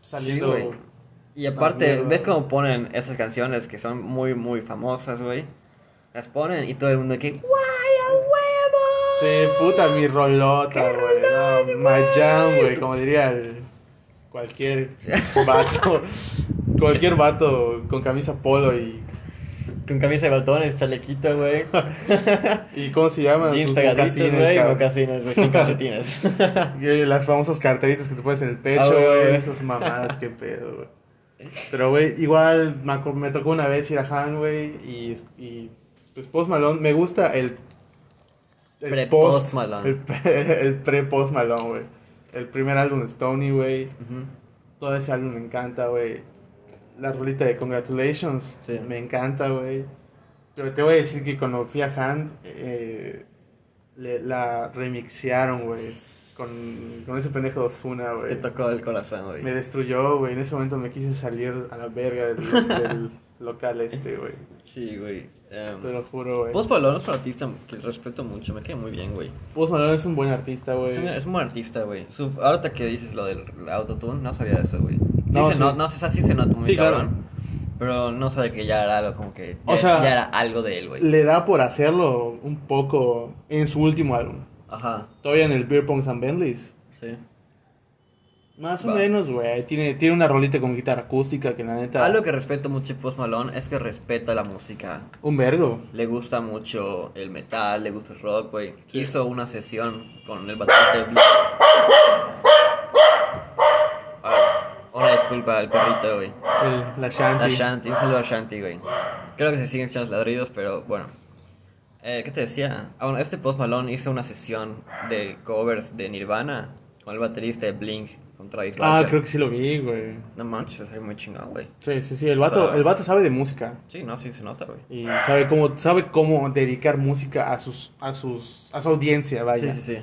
A: saliendo.
B: Sí, güey. Y aparte,
A: mierda.
B: ¿ves cómo ponen esas canciones que son muy, muy famosas, güey? Las ponen y todo el mundo que... ¡Guay, a huevo!
A: Sí, puta mi rolota,
B: ¡Qué
A: güey. No,
B: rolón,
A: Mayan,
B: güey!
A: güey, como diría el- cualquier vato. cualquier vato con camisa polo y.
B: Con camisa de botones, chalequito, güey.
A: ¿Y cómo se llaman?
B: Jeans
A: Sus
B: pegaditos,
A: mocasines,
B: güey,
A: cabrón.
B: mocasines, güey, sin calcetines.
A: Y las famosas carteritas que te pones en el pecho,
B: Ah, güey,
A: güey.
B: güey.
A: Esas mamadas, qué pedo, güey. Pero, güey, igual me, acu- me tocó una vez ir a Han, güey. Y, y pues Post Malone, me gusta el.
B: Pre-Post Malone.
A: El, pre- el pre-Post Malone, güey. El primer álbum de Stoney, güey.
B: Ujú.
A: Todo ese álbum me encanta, güey. La rolita de Congratulations
B: Sí.
A: me encanta, güey. Pero te voy a decir que cuando fui a Hand, eh, le- la remixearon, güey. Con, con ese pendejo de Ozuna,
B: Te
A: güey.
B: tocó el corazón, güey.
A: Me destruyó, güey. En ese momento me quise salir a la verga del, del local este, güey.
B: Sí, güey. em,
A: Te lo juro, güey.
B: Post Malone es un artista que respeto mucho, me cae muy bien, güey.
A: Post Malone es un buen artista, güey.
B: Es un, es un buen artista, güey. Su- Ahorita que dices lo del autotune, no sabía eso, güey.
A: No,
B: No, sí.
A: sí.
B: se no, no, o sea, sí se nota muy
A: Sí, claro.
B: cabrón. Pero no sabe que ya era algo como que. Ya,
A: O sea,
B: ya era algo de él, güey.
A: Le da por hacerlo un poco en su último álbum.
B: Ajá,
A: Todavía en el Beer Pongs and Bentleys.
B: sí.
A: Más o
B: Va.
A: menos, güey. Tiene, tiene una rolita con guitarra acústica que la neta.
B: Algo que respeto mucho de Post Malone es que respeta la música
A: Un vergo.
B: Le gusta mucho el metal, le gusta el rock, güey. Hizo una sesión con el baterista de Blink. Ah, Una disculpa al perrito, güey.
A: El- la Shanti.
B: La Shanti, un saludo a Shanti, güey. Creo que se siguen echando ladridos, pero bueno. Eh, ¿Qué te decía? Ah, bueno, este Post Malone hizo una sesión de covers de Nirvana con el baterista de Blink, con Travis
A: ah,
B: Barker.
A: creo que sí lo vi, güey.
B: No manches, es muy chingón, güey.
A: Sí, sí, sí. El vato,
B: O sea-
A: el vato sabe de música.
B: Sí, no, sí se nota, güey.
A: Y sabe cómo, sabe cómo dedicar música a sus, a sus, a su audiencia,
B: Sí,
A: vaya.
B: sí, sí.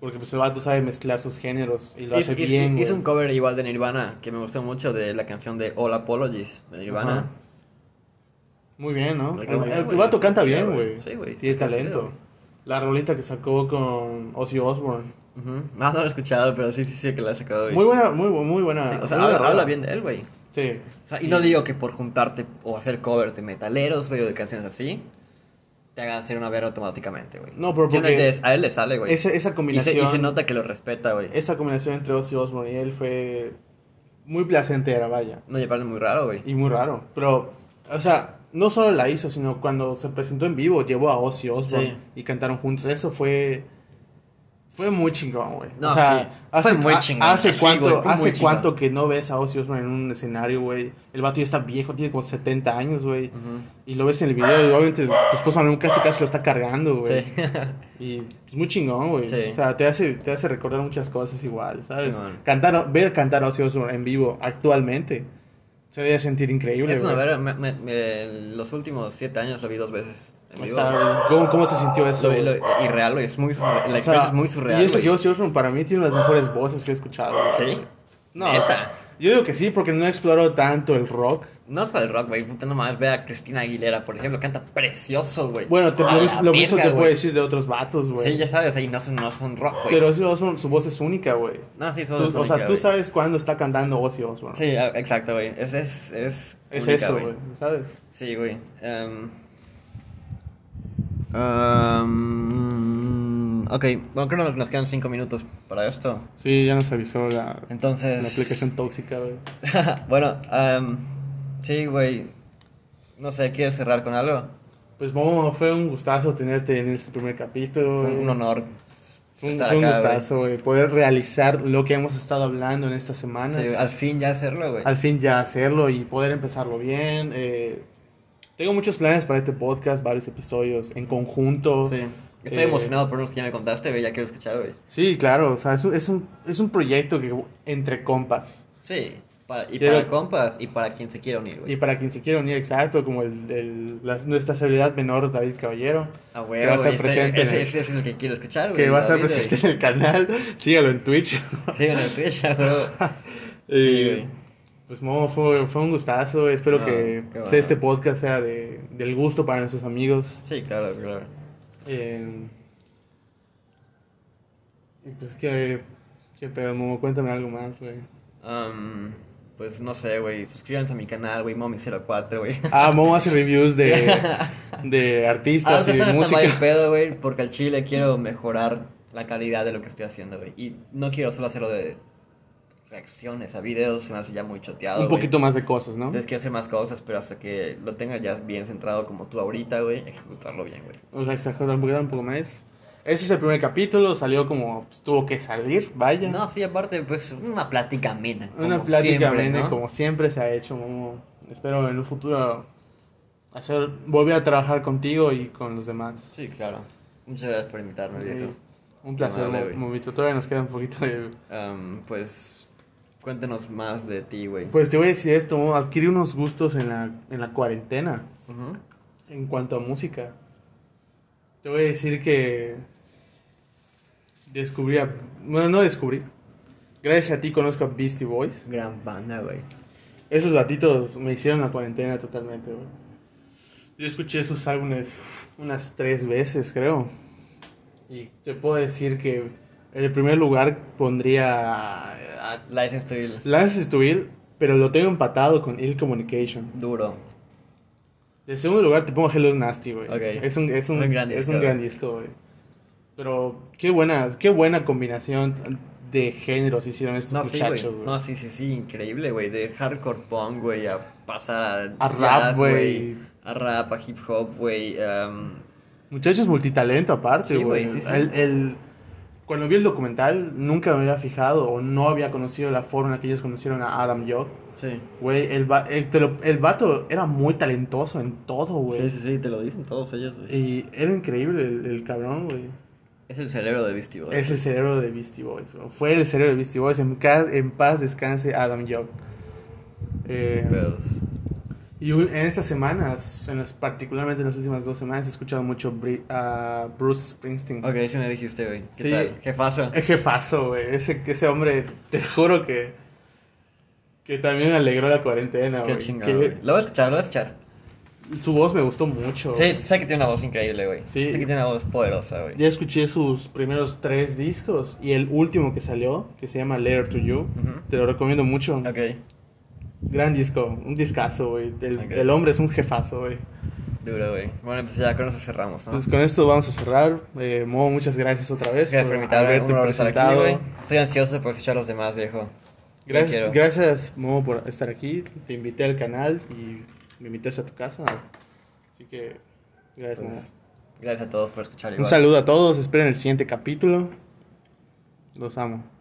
A: Porque pues el vato sabe mezclar sus géneros y lo
B: Hizo,
A: hace
B: hizo-
A: bien,
B: hizo
A: güey.
B: un cover igual de Nirvana que me gustó mucho de la canción de All Apologies de Nirvana.
A: Muy bien, ¿no?
B: Me
A: El,
B: quedó bien,
A: el
B: güey.
A: vato canta
B: Sí,
A: bien,
B: güey.
A: güey.
B: Sí, güey.
A: Tiene
B: Sí, canta
A: talento.
B: chido,
A: La rolita que sacó con Ozzy Osbourne.
B: Ujú. No, no lo he escuchado, pero sí, sí, sí que la ha sacado. güey.
A: Muy buena, muy, bu- muy buena.
B: Sí, o
A: muy
B: sea,
A: buena
B: habla,
A: rola.
B: habla bien de él, güey.
A: Sí.
B: O sea, y no digo que por juntarte o hacer covers de metaleros, güey, o de canciones así, te hagan ser una vera automáticamente, güey.
A: No, pero
B: Tiene
A: porque
B: ideas, a él le sale, güey.
A: Esa, esa
B: Y se,
A: combinación.
B: y se nota que lo respeta, güey.
A: Esa combinación entre Ozzy Osbourne y él fue muy placentera, vaya.
B: No, y aparte muy raro, güey.
A: Y muy raro. Pero, o sea, no solo la hizo, sino cuando se presentó en vivo, llevó a Ozzy Osbourne
B: Sí.
A: y cantaron juntos. Eso fue. Fue muy chingón, güey.
B: No,
A: o sea,
B: sí.
A: hace,
B: Fue muy
A: a-
B: chingón.
A: Hace,
B: Sí,
A: cuánto,
B: güey, fue muy
A: hace
B: chingón.
A: cuánto que no ves a Ozzy Osbourne en un escenario, güey. El vato ya está viejo, tiene como 70 años, güey.
B: Ujú.
A: Y lo ves en el video y obviamente pues Post Malone casi casi lo está cargando, güey.
B: Sí.
A: Y es muy chingón, güey.
B: Sí.
A: O sea, te hace, te hace recordar muchas cosas igual, ¿sabes?
B: Chingón.
A: Cantar, ver cantar a Ozzy Osbourne en vivo actualmente se debe sentir increíble,
B: es una
A: güey.
B: verga. me- me- me- los últimos siete años lo vi dos veces. En vivo.
A: Está- ¿cómo, cómo se sintió eso?
B: Lo vi-
A: güey?
B: lo- irreal, güey. Es muy surre- La
A: O sea,
B: experiencia es muy surreal.
A: Y eso
B: güey.
A: que Ozzy Osbourne para mí tiene una de las mejores voces que he escuchado. güey.
B: Sí.
A: No,
B: Neta.
A: o sea, yo digo que sí porque no he explorado tanto el rock.
B: No es para el rock, güey. Puta, no mames. Ve a Cristina Aguilera, por ejemplo. Canta precioso, güey.
A: Bueno, te,
B: A
A: lo,
B: la
A: mis- lo mismo
B: Ah, verga,
A: te
B: güey.
A: puedo decir de otros vatos, güey.
B: Sí, ya sabes. Ahí no son, no son rock, güey.
A: Pero Ozzy Osbourne, su voz es única, güey.
B: No, sí, son.
A: Tú-
B: son
A: O sea,
B: única,
A: tú
B: güey.
A: sabes cuándo está cantando Ozzy Osbourne.
B: Sí, a- exacto, güey. Es, es, es,
A: Es
B: única,
A: eso, güey, ¿sabes?
B: Sí, güey. Em, em, ok, bueno, creo que nos quedan cinco minutos para esto.
A: Sí, ya nos avisó la,
B: Entonces.
A: la aplicación tóxica, güey.
B: bueno, em, sí, güey. No sé, ¿quieres cerrar con algo?
A: Pues, Momo, fue un gustazo tenerte en este primer capítulo.
B: Fue
A: güey.
B: un honor.
A: Fue un,
B: estar
A: fue un
B: acá, güey.
A: gustazo, güey. Poder realizar lo que hemos estado hablando en estas semanas.
B: Sí, al fin ya hacerlo, güey.
A: al fin ya hacerlo y poder empezarlo bien. eh, tengo muchos planes para este podcast, varios episodios en conjunto.
B: Sí.
A: Eh,
B: Estoy emocionado por los que ya me contaste, güey. Ya quiero escuchar, güey.
A: Sí, claro, o sea, es un, es un, es un proyecto que entre compas.
B: Sí. para- y
A: Quiero-
B: para compas y para quien se quiera unir,
A: Y
B: güey.
A: para quien se quiera unir, exacto, como el, el- la- nuestra celebridad menor, David Caballero, que va
B: Ah,
A: a
B: güey,
A: estar
B: güey, ese,
A: presente en
B: ese,
A: el-
B: ese es el que quiero escuchar, güey.
A: que va a estar
B: David, güey.
A: presente en el canal. Sígalo en Twitch.
B: Sí, en el Twitch, ya, güey. Sí,
A: Eh,
B: güey.
A: pues Momo, fue, fue un gustazo. Espero
B: No,
A: que
B: qué bueno.
A: este podcast sea de, del gusto para nuestros amigos.
B: Sí, claro, claro.
A: Eh, y pues que, que pedo, Momo, cuéntame algo más, güey.
B: Am, pues no sé, güey. Suscríbanse a mi canal, güey, Mommy04, güey.
A: Ah, Momo hace reviews de, de
B: Ah,
A: artistas y
B: eso
A: de
B: no está mal el
A: música.
B: pedo, güey, porque al chile quiero mejorar la calidad de lo que estoy haciendo, güey. Y no quiero solo hacerlo de reacciones a videos, se me hace ya muy choteado.
A: Un
B: güey.
A: poquito más de cosas, ¿no?
B: Entonces quiero hacer más cosas, pero hasta que lo tenga ya bien centrado como tú ahorita, güey, ejecutarlo bien, güey.
A: O sea, exagerar un poquito, un poco más. Ese es el primer capítulo, salió como pues, tuvo que salir, vaya.
B: No, sí, aparte, pues una plática amena.
A: Una
B: como
A: plática
B: siempre,
A: amena,
B: ¿no?
A: como siempre se ha hecho, Momo. Espero en un futuro hacer, volver a trabajar contigo y con los demás.
B: Sí, claro. Muchas gracias por invitarme, viejo.
A: Eh, un placer,
B: Amable,
A: Mo-
B: güey.
A: Momito. Todavía nos queda un poquito de...
B: Am, pues cuéntanos más de ti, güey.
A: Pues te voy a decir esto, Momo, adquirí unos gustos en la, en la cuarentena
B: Ujú.
A: en cuanto a música. Te voy a decir que descubrí, a- bueno, no descubrí. Gracias a ti conozco a Beastie Boys.
B: Gran banda, güey.
A: Esos gatitos me hicieron la cuarentena totalmente, güey. Yo escuché esos álbumes unas tres veces, creo. Y te puedo decir que en el primer lugar pondría a
B: License to Ill,
A: Lance Stuil, pero lo tengo empatado con Ill Communication.
B: duro.
A: En segundo lugar te pongo Hello Nasty, güey.
B: Ok.
A: Es un, es un,
B: Un gran
A: es
B: disco,
A: un gran
B: güey.
A: disco, güey. Pero qué buena, qué buena combinación de géneros hicieron estos
B: No, sí, güey.
A: muchachos, güey.
B: No, sí, sí, sí, increíble, güey. De hardcore punk, güey, a pasar
A: A rap, güey.
B: A rap, a hip hop, güey. em,
A: Muchachos multitalento aparte,
B: Sí, güey,
A: güey.
B: sí, sí.
A: El- el- Cuando vi el documental, nunca me había fijado o no había conocido la forma en la que ellos conocieron a Adam York.
B: sí.
A: Güey, el, va- el, te lo- el vato era muy talentoso en todo,
B: Sí,
A: güey.
B: sí, sí, te lo dicen todos ellos, güey.
A: Y era increíble el, el cabrón, güey.
B: Es el cerebro de Beastie Boys.
A: Es el cerebro de Beastie Boys, güey. Fue el cerebro de Beastie Boys. En, ca- en paz descanse Adam York. Eh,
B: Sin pedos.
A: y un- en estas semanas, en las, particularmente en las últimas dos semanas, he escuchado mucho Bri- a Bruce Springsteen.
B: Ok, eso me dijiste, güey. ¿Qué
A: Sí. Eh,
B: tal? Jefazo.
A: Es jefazo, güey. Ese, ese hombre, te juro que. Que también me alegró la cuarentena,
B: Qué
A: güey.
B: chingón,
A: Que
B: güey. Lo voy a escuchar, lo voy a escuchar.
A: Su voz me gustó mucho.
B: Sí, sé que tiene una voz increíble, güey.
A: Oh. Sí.
B: Sé que tiene una voz poderosa, güey.
A: Ya escuché sus primeros tres discos y el último que salió, que se llama Letter to You.
B: Ujú.
A: Te lo recomiendo mucho.
B: Ok,
A: Gran disco, un discazo, güey. El,
B: Ok. Ah.
A: el hombre es un jefazo, güey.
B: duro, güey. Bueno, pues ya con eso cerramos, ¿no?
A: Entonces, con esto vamos a cerrar. Eh, Mo, muchas gracias otra vez
B: Gracias por invitarme, un honor estar aquí,
A: presentado.
B: güey. Estoy ansioso por escuchar a los demás, viejo.
A: Gracias,
B: quiero.
A: gracias Mo por estar aquí. Te invité al canal y me invitas a tu casa. Así que gracias Mo.
B: Pues, gracias a todos por escuchar.
A: Un
B: igual.
A: saludo a todos. Esperen el siguiente capítulo. Los amo.